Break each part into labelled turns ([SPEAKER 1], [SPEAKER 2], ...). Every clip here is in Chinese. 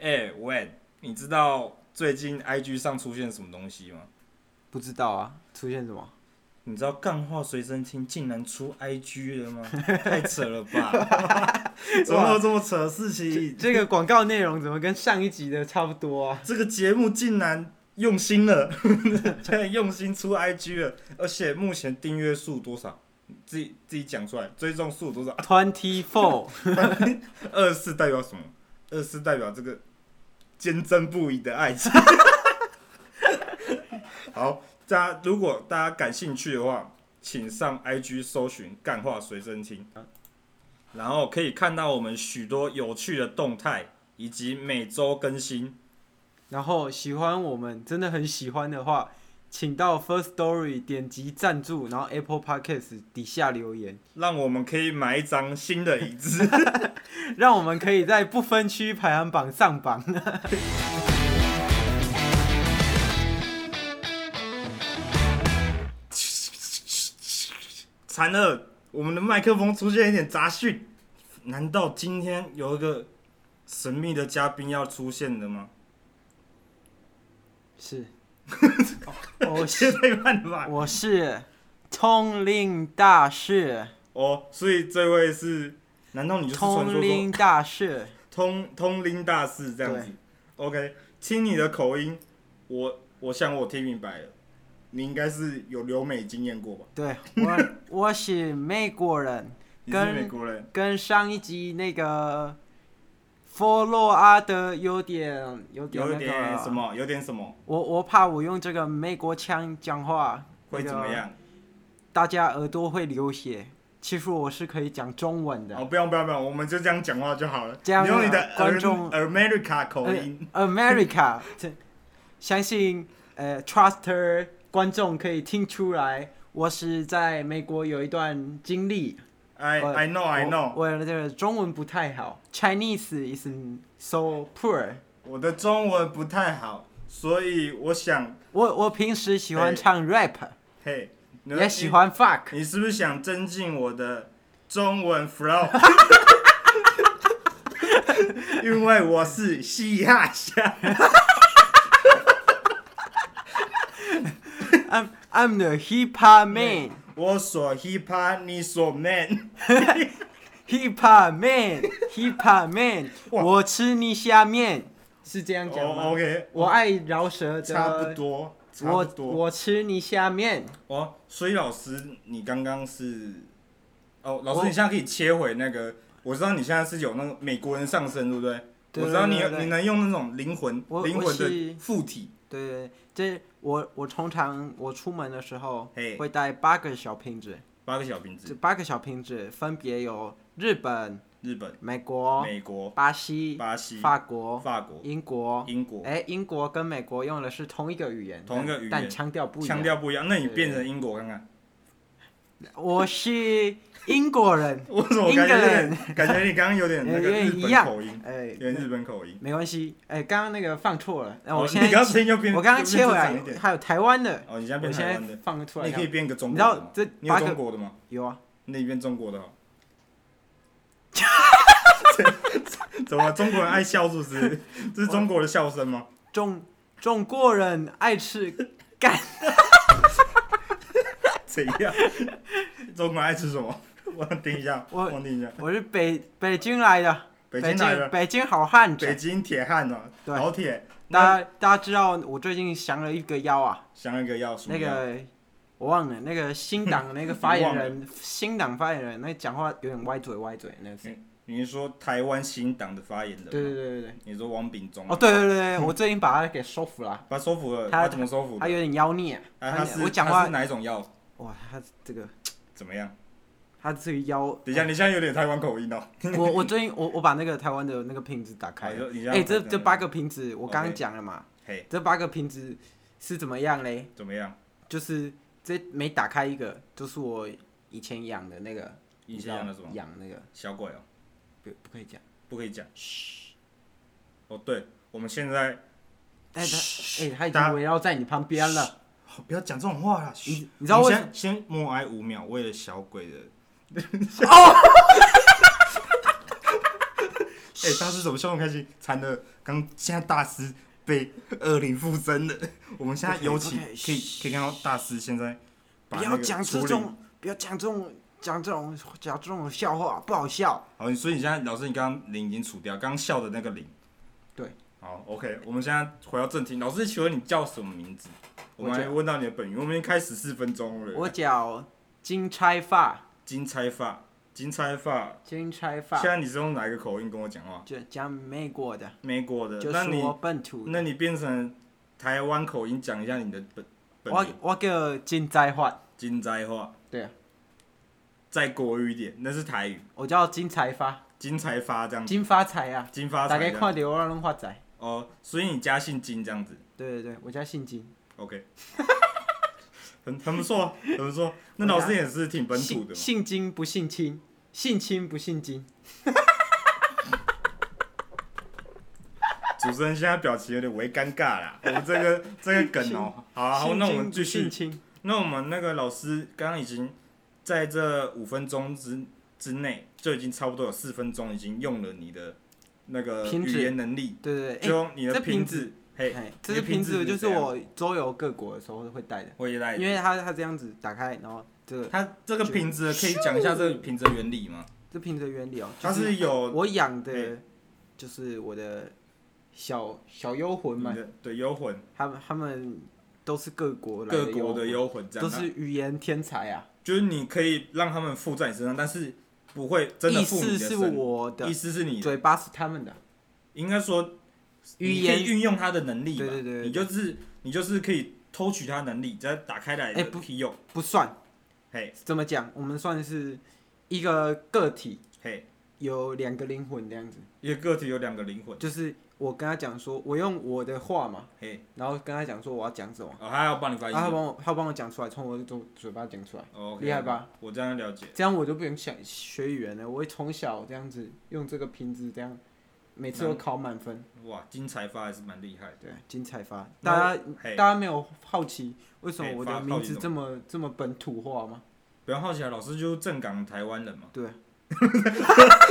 [SPEAKER 1] 哎、w e d 你知道最近 IG 上出现什么东西吗？
[SPEAKER 2] 不知道啊，出现什么？
[SPEAKER 1] 你知道干话随身听竟然出 IG 了吗？太扯了吧！怎么会有这么扯的事情？
[SPEAKER 2] 这个广告内容怎么跟上一集的差不 多啊？
[SPEAKER 1] 这个节目竟然用心了， 竟然用心出 IG 了，而且目前订阅数多少？你自己自己讲出来，追踪数多少？
[SPEAKER 2] Twenty Four，
[SPEAKER 1] 二十四代表什么？二十四代表这个坚贞不移的爱情。好，大家如果大家感兴趣的话，请上 IG 搜寻“干话随身听”，然后可以看到我们许多有趣的动态，以及每周更新。
[SPEAKER 2] 然后喜欢我们，真的很喜欢的话，请到 First Story 点击赞助，然后 Apple Podcast 底下留言，
[SPEAKER 1] 让我们可以买一张新的椅子。
[SPEAKER 2] 让我们可以在不分区排行榜 上榜。
[SPEAKER 1] 惨了，我们的麦克风出现一点杂讯。难道今天有一个神秘的嘉宾要出现的吗？
[SPEAKER 2] 是，哦 我
[SPEAKER 1] 切
[SPEAKER 2] 是
[SPEAKER 1] 太慢了吧！
[SPEAKER 2] 我是通灵大师，
[SPEAKER 1] 哦，所以这位是，难道你就是传说
[SPEAKER 2] 通
[SPEAKER 1] 中
[SPEAKER 2] 灵大师，
[SPEAKER 1] 通通灵大师这样子
[SPEAKER 2] 对
[SPEAKER 1] ？OK，听你的口音，我我想我听明白了，你应该是有留美经验过吧？
[SPEAKER 2] 对我 我是美国人。
[SPEAKER 1] 你是
[SPEAKER 2] 跟
[SPEAKER 1] 美国人，
[SPEAKER 2] 跟上一集那个佛洛阿德有点有点
[SPEAKER 1] 有
[SPEAKER 2] 那
[SPEAKER 1] 一
[SPEAKER 2] 个啊
[SPEAKER 1] 点什？么，有点什么，
[SPEAKER 2] 我我怕我用这个美国腔讲话
[SPEAKER 1] 会怎么？
[SPEAKER 2] 那个
[SPEAKER 1] 样？
[SPEAKER 2] 大家耳朵会流血。其实我是可以讲中文的。
[SPEAKER 1] 哦，不用不用不用，我们就这样讲话就好了。
[SPEAKER 2] 啊这样啊
[SPEAKER 1] 你用你的
[SPEAKER 2] 观众
[SPEAKER 1] Amer- America 口
[SPEAKER 2] 呃
[SPEAKER 1] 音，
[SPEAKER 2] America，这 相信呃 Truster 观众可以听出来，我是在美国有一段经历。
[SPEAKER 1] I
[SPEAKER 2] 呃
[SPEAKER 1] I know
[SPEAKER 2] 我
[SPEAKER 1] I know，
[SPEAKER 2] 我的这个中文不太好，Chinese is so poor。
[SPEAKER 1] 我的中文不太好，所以我想，
[SPEAKER 2] 我我平时喜
[SPEAKER 1] 哎
[SPEAKER 2] 欢唱 rap，、
[SPEAKER 1] 嘿，你
[SPEAKER 2] 也喜欢 fuck，
[SPEAKER 1] 你是不是想增进我的中文 flow？因为我是嘻哈侠，
[SPEAKER 2] I'm I'm the hip hop man，hip
[SPEAKER 1] 我说 hip hop，你说 man。
[SPEAKER 2] hop man，hip hop man，
[SPEAKER 1] 哇
[SPEAKER 2] 我吃你下面，是这样讲
[SPEAKER 1] 哦
[SPEAKER 2] 吗？
[SPEAKER 1] ，OK，
[SPEAKER 2] 我爱饶舌的，
[SPEAKER 1] 差不。多，差不
[SPEAKER 2] 我
[SPEAKER 1] 多。
[SPEAKER 2] 我吃你下面，
[SPEAKER 1] 哦，所以老师，你刚刚是，哦，老
[SPEAKER 2] 我
[SPEAKER 1] 师，你现在可以切回那个，我知道你现在是有那个美国人上身，对不对？
[SPEAKER 2] 对
[SPEAKER 1] 我知道你
[SPEAKER 2] 对对对
[SPEAKER 1] 你能用那种灵魂
[SPEAKER 2] 我
[SPEAKER 1] 灵
[SPEAKER 2] 我
[SPEAKER 1] 魂的
[SPEAKER 2] 是
[SPEAKER 1] 附体，
[SPEAKER 2] 对对对，这我我通常我出门的时候
[SPEAKER 1] 嘿
[SPEAKER 2] 会带八个小瓶子，
[SPEAKER 1] 八个小瓶
[SPEAKER 2] 这
[SPEAKER 1] 子，
[SPEAKER 2] 八个小瓶子分别有日本、
[SPEAKER 1] 日本、
[SPEAKER 2] 美国、
[SPEAKER 1] 美国、
[SPEAKER 2] 巴西、
[SPEAKER 1] 巴西、
[SPEAKER 2] 法国、
[SPEAKER 1] 法国、
[SPEAKER 2] 英国、
[SPEAKER 1] 英国。
[SPEAKER 2] 哎，英国跟美国用的是同一个语言，
[SPEAKER 1] 同一个语言
[SPEAKER 2] 但但腔调不一样。
[SPEAKER 1] 腔调不一样。那你
[SPEAKER 2] 对
[SPEAKER 1] 变成英国看看，，
[SPEAKER 2] 我是英国人
[SPEAKER 1] 为什么我感觉有点，感觉你刚刚有 点那个
[SPEAKER 2] 有点
[SPEAKER 1] 日
[SPEAKER 2] 一
[SPEAKER 1] 本
[SPEAKER 2] 样
[SPEAKER 1] 口音，
[SPEAKER 2] 哎
[SPEAKER 1] 有，点日本口音。
[SPEAKER 2] 没关系，哎，刚刚那个放错了，那
[SPEAKER 1] 哦
[SPEAKER 2] 我现
[SPEAKER 1] 你刚
[SPEAKER 2] 在
[SPEAKER 1] 刚声音又变，
[SPEAKER 2] 我刚刚切
[SPEAKER 1] 又
[SPEAKER 2] 回
[SPEAKER 1] 变正常一
[SPEAKER 2] 来，
[SPEAKER 1] 点。
[SPEAKER 2] 还有台湾的，
[SPEAKER 1] 哦，你现在
[SPEAKER 2] 我
[SPEAKER 1] 变
[SPEAKER 2] 现
[SPEAKER 1] 台湾
[SPEAKER 2] 在
[SPEAKER 1] 的，
[SPEAKER 2] 放出来
[SPEAKER 1] 你
[SPEAKER 2] 看，
[SPEAKER 1] 可以变个中
[SPEAKER 2] 你
[SPEAKER 1] 国
[SPEAKER 2] 知道
[SPEAKER 1] 的吗？
[SPEAKER 2] 这
[SPEAKER 1] 你有
[SPEAKER 2] 八
[SPEAKER 1] 中
[SPEAKER 2] 个
[SPEAKER 1] 国的吗？
[SPEAKER 2] 有啊，
[SPEAKER 1] 那你变中国的 好。怎么中国人爱笑是不是？这是中国的笑声吗？
[SPEAKER 2] 中中国人爱吃 干，
[SPEAKER 1] 怎样？中国人爱吃什么？我想听一下，
[SPEAKER 2] 我
[SPEAKER 1] 想听一下。
[SPEAKER 2] 我是北北京来的，
[SPEAKER 1] 北
[SPEAKER 2] 北
[SPEAKER 1] 京来了，
[SPEAKER 2] 北京好汉
[SPEAKER 1] 北
[SPEAKER 2] 子，
[SPEAKER 1] 京铁汉哦，
[SPEAKER 2] 对
[SPEAKER 1] 老铁。那
[SPEAKER 2] 大家大家知道我最近降了一个妖啊，
[SPEAKER 1] 想一个要什么
[SPEAKER 2] 那
[SPEAKER 1] 药？
[SPEAKER 2] 个我忘了，那个新党的 那个发言
[SPEAKER 1] 你忘了
[SPEAKER 2] 人，新党发言人，那讲话有点歪嘴歪嘴，那是。
[SPEAKER 1] 你是说台湾新党的发言人？
[SPEAKER 2] 对对对对对。
[SPEAKER 1] 你说王炳忠
[SPEAKER 2] 嗯哦，，对对对对，我最近把他给收服了，
[SPEAKER 1] 把他收服了，
[SPEAKER 2] 他
[SPEAKER 1] 他怎么收服的？
[SPEAKER 2] 他有点妖孽。
[SPEAKER 1] 啊
[SPEAKER 2] 他
[SPEAKER 1] 他是
[SPEAKER 2] 我讲
[SPEAKER 1] 他
[SPEAKER 2] 话
[SPEAKER 1] 是，哪一种药？
[SPEAKER 2] 哇，他这个
[SPEAKER 1] 怎么样？
[SPEAKER 2] 他这个妖，
[SPEAKER 1] 等一下，你现在有点台湾口音哦。
[SPEAKER 2] 我我最近我我把那个台湾的那个瓶子打
[SPEAKER 1] 好
[SPEAKER 2] 开
[SPEAKER 1] 你
[SPEAKER 2] 了，
[SPEAKER 1] 说你
[SPEAKER 2] 哎，这
[SPEAKER 1] 样
[SPEAKER 2] 这八个瓶子我刚
[SPEAKER 1] OK
[SPEAKER 2] 刚讲了嘛，
[SPEAKER 1] 嘿
[SPEAKER 2] 这八个瓶子是怎么样嘞？
[SPEAKER 1] 怎么样？
[SPEAKER 2] 就是这每打开一个，就是我以前养的那个，
[SPEAKER 1] 以前养的什么
[SPEAKER 2] 你知道养那个
[SPEAKER 1] 小鬼哦，
[SPEAKER 2] 不不可以讲，
[SPEAKER 1] 不可以讲。
[SPEAKER 2] 嘘。
[SPEAKER 1] 哦，对，我们现在
[SPEAKER 2] 哎，他哎、他已
[SPEAKER 1] 大家
[SPEAKER 2] 经围绕在你旁边了。
[SPEAKER 1] 哦不要讲这种话啦。嘘
[SPEAKER 2] 你你知道为什
[SPEAKER 1] 先先默哀五秒，为了
[SPEAKER 2] 哦
[SPEAKER 1] 小鬼的。 哎、大师怎么笑那么开心？惨了，刚现在大师被恶灵附身了。我们现在
[SPEAKER 2] OK，
[SPEAKER 1] 尤其
[SPEAKER 2] OK，
[SPEAKER 1] 可以可以看到大师现在把
[SPEAKER 2] 不
[SPEAKER 1] 那
[SPEAKER 2] 要
[SPEAKER 1] 个
[SPEAKER 2] 讲这
[SPEAKER 1] 竹林
[SPEAKER 2] 种，不要讲这种，讲这种，讲这种笑话，不好笑。
[SPEAKER 1] 好，哎所以你现在老师，你刚刚零已经除掉，刚刚笑的那个零。
[SPEAKER 2] 对。
[SPEAKER 1] 好，OK，我们现在回到正题。老师，请问你叫什么名字？我们
[SPEAKER 2] 我叫
[SPEAKER 1] 还问到你的本名。我们已经开十四分钟了。
[SPEAKER 2] 我讲金钗发，
[SPEAKER 1] 金钗发，金钗发。
[SPEAKER 2] 金钗发
[SPEAKER 1] 现，在你是用哪一个口音跟我讲话？
[SPEAKER 2] 就讲美国的，
[SPEAKER 1] 美国的。
[SPEAKER 2] 就
[SPEAKER 1] 那
[SPEAKER 2] 是
[SPEAKER 1] 你
[SPEAKER 2] 我本土的。
[SPEAKER 1] 那你变成台湾口音，讲一下你的本本
[SPEAKER 2] 我
[SPEAKER 1] 名。
[SPEAKER 2] 我叫金钗发，
[SPEAKER 1] 金钗发。
[SPEAKER 2] 对啊。
[SPEAKER 1] 再国语一点，那是台语。
[SPEAKER 2] 我叫金钗发，
[SPEAKER 1] 金钗发这样子，
[SPEAKER 2] 金发财啊！
[SPEAKER 1] 金发
[SPEAKER 2] 大
[SPEAKER 1] 财
[SPEAKER 2] 家
[SPEAKER 1] 这样。
[SPEAKER 2] 看到我拢发财。
[SPEAKER 1] 哦，所以你家姓金这样子。
[SPEAKER 2] 对对对，我家姓金，
[SPEAKER 1] OK，很很不错，啊很不错。那老师也是挺本土
[SPEAKER 2] 姓
[SPEAKER 1] 的嘛。
[SPEAKER 2] 姓金不姓亲，姓亲不姓金。
[SPEAKER 1] 主持人现在表情有点微尴尬啦，我们这个这个梗哦、好啊，好，
[SPEAKER 2] 姓
[SPEAKER 1] 那我
[SPEAKER 2] 金
[SPEAKER 1] 们
[SPEAKER 2] 不
[SPEAKER 1] 继
[SPEAKER 2] 姓
[SPEAKER 1] 续。
[SPEAKER 2] 亲，
[SPEAKER 1] 那我们那个老师刚刚已经在这五分钟之之内，就已经差不多有四分钟已经用了你的那个
[SPEAKER 2] 品质
[SPEAKER 1] 语言能力，
[SPEAKER 2] 对对
[SPEAKER 1] 就
[SPEAKER 2] 对。
[SPEAKER 1] 用你的
[SPEAKER 2] 这
[SPEAKER 1] 拼
[SPEAKER 2] 瓶
[SPEAKER 1] 字。嘿
[SPEAKER 2] 哎，，
[SPEAKER 1] 你
[SPEAKER 2] 这
[SPEAKER 1] 的
[SPEAKER 2] 是瓶子，就是
[SPEAKER 1] 怎样
[SPEAKER 2] 我周游各国的时候会带的，
[SPEAKER 1] 会来
[SPEAKER 2] 因。为它它这样子打开，然后这个
[SPEAKER 1] 它这个瓶子可以讲一下这个瓶子的原理吗？
[SPEAKER 2] 这瓶子的原理哦，就
[SPEAKER 1] 它是有
[SPEAKER 2] 我养
[SPEAKER 1] 哎
[SPEAKER 2] 的，就是我的小小幽魂
[SPEAKER 1] 你
[SPEAKER 2] 们，
[SPEAKER 1] 的对幽魂，
[SPEAKER 2] 他们他们都是各国来
[SPEAKER 1] 嗯各国
[SPEAKER 2] 的
[SPEAKER 1] 的
[SPEAKER 2] 幽
[SPEAKER 1] 幽魂这
[SPEAKER 2] 魂，
[SPEAKER 1] 样
[SPEAKER 2] 都。是语言天才啊，
[SPEAKER 1] 就是你可以让他们附在你身上，但是不会真的
[SPEAKER 2] 意
[SPEAKER 1] 附你
[SPEAKER 2] 思
[SPEAKER 1] 的
[SPEAKER 2] 是
[SPEAKER 1] 身。
[SPEAKER 2] 我
[SPEAKER 1] 意
[SPEAKER 2] 的，
[SPEAKER 1] 思是你的，
[SPEAKER 2] 嘴巴是他们的，
[SPEAKER 1] 应该说
[SPEAKER 2] 语
[SPEAKER 1] 你可以
[SPEAKER 2] 言
[SPEAKER 1] 运用他的能力吧。
[SPEAKER 2] 对对对对对
[SPEAKER 1] 你就是你就是可以偷取他能力，再打开来
[SPEAKER 2] 哎
[SPEAKER 1] 的
[SPEAKER 2] 不
[SPEAKER 1] 屁用。
[SPEAKER 2] 不算
[SPEAKER 1] 嘿，
[SPEAKER 2] 怎么讲？我们算是一个个体，
[SPEAKER 1] 嘿，
[SPEAKER 2] 有两个灵魂这样子，
[SPEAKER 1] 一个个体有两个灵魂，
[SPEAKER 2] 就是我跟他讲说，我用我的话嘛，
[SPEAKER 1] 嘿，
[SPEAKER 2] 然后跟他讲说我要讲什么。
[SPEAKER 1] 哦，他要帮你翻
[SPEAKER 2] 啊，
[SPEAKER 1] 译。
[SPEAKER 2] 他帮我，他帮我讲出来，从我的嘴嘴巴讲出来，
[SPEAKER 1] 哦，
[SPEAKER 2] 厉害吧？
[SPEAKER 1] 我这样了解。
[SPEAKER 2] 这样我就不用想学语言了。我会从小这样子用这个瓶子，这样每次都考满分。
[SPEAKER 1] 哇，金财发还是蛮厉害的。
[SPEAKER 2] 对，金财发，
[SPEAKER 1] 那
[SPEAKER 2] 大
[SPEAKER 1] 我
[SPEAKER 2] 家
[SPEAKER 1] 嘿，
[SPEAKER 2] 大家没有好奇为什么
[SPEAKER 1] 嘿
[SPEAKER 2] 我
[SPEAKER 1] 哎发
[SPEAKER 2] 的
[SPEAKER 1] 好
[SPEAKER 2] 名
[SPEAKER 1] 奇
[SPEAKER 2] 字
[SPEAKER 1] 什
[SPEAKER 2] 这么这么本土 化吗？。
[SPEAKER 1] 不要好奇啊，老师就是正港台湾人嘛
[SPEAKER 2] 对，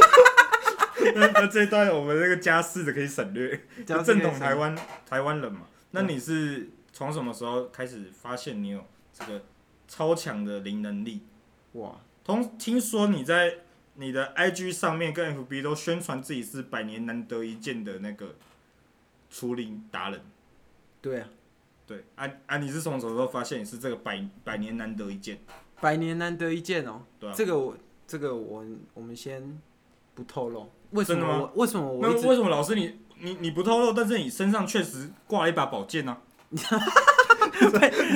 [SPEAKER 1] 那那这一段我们那个家事的可以省略。
[SPEAKER 2] 这样
[SPEAKER 1] 正
[SPEAKER 2] 是可以
[SPEAKER 1] 统台
[SPEAKER 2] 省
[SPEAKER 1] 湾台湾人嘛。那你是从什么时候开始发现你有这个超强的灵能力？
[SPEAKER 2] 哇，
[SPEAKER 1] 同听说你在你的 IG 上面跟 FB 都宣传自己是百年难得一见的那个除灵达人。
[SPEAKER 2] 对啊，
[SPEAKER 1] 对，啊啊，你是从什么时候发现你是这个百百年难得一见？
[SPEAKER 2] 百年难得一见哦。
[SPEAKER 1] 对啊
[SPEAKER 2] 这个我这个我我们先不透露。为什
[SPEAKER 1] 真的
[SPEAKER 2] 么
[SPEAKER 1] 吗
[SPEAKER 2] 我为什么我
[SPEAKER 1] 那
[SPEAKER 2] 一直
[SPEAKER 1] 为什么老师你你你不透露，但是你身上确实挂了一把宝剑 呢？你知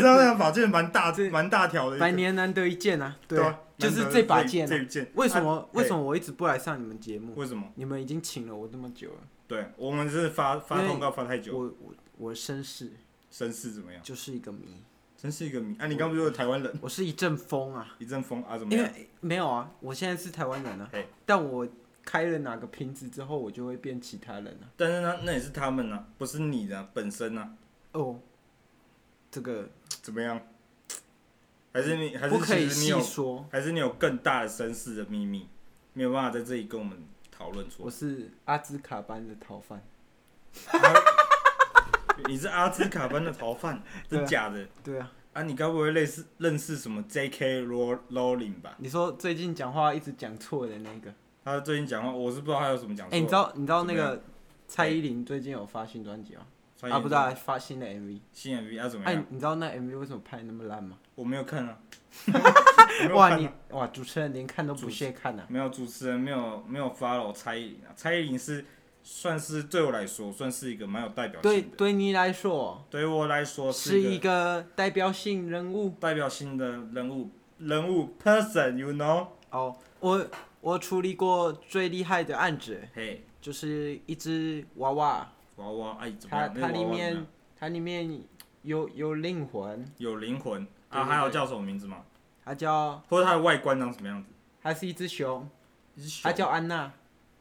[SPEAKER 1] 道那把宝剑蛮大
[SPEAKER 2] 这
[SPEAKER 1] 蛮大条的一个，
[SPEAKER 2] 百年难得一见啊？对啊，
[SPEAKER 1] 啊，
[SPEAKER 2] 就是
[SPEAKER 1] 难得
[SPEAKER 2] 这把剑啊
[SPEAKER 1] 这一哎剑。
[SPEAKER 2] 为什么为什
[SPEAKER 1] 么？
[SPEAKER 2] 么我一直不来上你们节目
[SPEAKER 1] 嘿？为什么？
[SPEAKER 2] 你们已经请了我这么久了，
[SPEAKER 1] 对我们是发发
[SPEAKER 2] 因为
[SPEAKER 1] 通告发太久，
[SPEAKER 2] 我我我的身世
[SPEAKER 1] 绅士怎么样？
[SPEAKER 2] 就是一个谜，
[SPEAKER 1] 真是一个谜。啊，你刚不是说台湾人
[SPEAKER 2] 我是一阵风啊，
[SPEAKER 1] 一阵风啊？怎么
[SPEAKER 2] 因
[SPEAKER 1] 样？
[SPEAKER 2] 为没有啊，我现在是台湾人啊
[SPEAKER 1] 嘿，
[SPEAKER 2] 但我开了哪个瓶子之后，我就会变其他人啊。
[SPEAKER 1] 但是呢，那也是他们啊，不是你的、本身啊，
[SPEAKER 2] 哦，这个
[SPEAKER 1] 怎么样？还是你还是
[SPEAKER 2] 不可以
[SPEAKER 1] 其实你
[SPEAKER 2] 细
[SPEAKER 1] 有
[SPEAKER 2] 说，
[SPEAKER 1] 还是你有更大的绅士的秘密，没有办法在这里跟我们讨论出
[SPEAKER 2] 我
[SPEAKER 1] 来。
[SPEAKER 2] 是阿兹卡班的逃犯，
[SPEAKER 1] 你是阿兹卡班的逃犯，
[SPEAKER 2] 对啊
[SPEAKER 1] 真假的？
[SPEAKER 2] 对啊，
[SPEAKER 1] 啊，你该不会类似认识什么 J.K. Row- Rowling 吧？
[SPEAKER 2] 你说最近讲话一直讲错的那个，
[SPEAKER 1] 他最近讲话，我是不知道他有什么讲
[SPEAKER 2] 哎、
[SPEAKER 1] 错。
[SPEAKER 2] 你知道你知道那
[SPEAKER 1] 怎么
[SPEAKER 2] 个蔡依林最近有发新专辑吗？
[SPEAKER 1] 蔡依林
[SPEAKER 2] 啊，不是啊，发新的 MV。
[SPEAKER 1] 新 MV 啊？怎么
[SPEAKER 2] 哎、
[SPEAKER 1] 样？
[SPEAKER 2] 你知道那 MV 为什么拍那么烂吗？
[SPEAKER 1] 我没有看 啊，
[SPEAKER 2] 哇，
[SPEAKER 1] 你
[SPEAKER 2] 你哇，主持人连看都不屑看呐、啊
[SPEAKER 1] 没啊有主持人没有没有 follow 蔡依林啊，蔡依林是算是对我来说算是一个蛮有代表
[SPEAKER 2] 对，
[SPEAKER 1] 性的，
[SPEAKER 2] 对你来说
[SPEAKER 1] 对我来说
[SPEAKER 2] 是
[SPEAKER 1] 是
[SPEAKER 2] 一
[SPEAKER 1] 一个
[SPEAKER 2] 个代表性人物
[SPEAKER 1] 代表性的人物人物 person，you know？
[SPEAKER 2] 哦。我我处理过最厉害的案子，
[SPEAKER 1] 嘿，
[SPEAKER 2] 就是一只娃娃，
[SPEAKER 1] 娃娃哎怎么
[SPEAKER 2] 它
[SPEAKER 1] 样？
[SPEAKER 2] 它
[SPEAKER 1] 那个
[SPEAKER 2] 里
[SPEAKER 1] 娃娃怎么
[SPEAKER 2] 面
[SPEAKER 1] 样
[SPEAKER 2] 它里面有有灵魂，
[SPEAKER 1] 有灵魂
[SPEAKER 2] 对
[SPEAKER 1] 啊，
[SPEAKER 2] 对
[SPEAKER 1] 还有
[SPEAKER 2] 对
[SPEAKER 1] 叫什么名字吗？
[SPEAKER 2] 它叫
[SPEAKER 1] 或者它的外观长什么样子？
[SPEAKER 2] 它是一只熊，
[SPEAKER 1] 你是
[SPEAKER 2] 它
[SPEAKER 1] 熊
[SPEAKER 2] 叫安娜，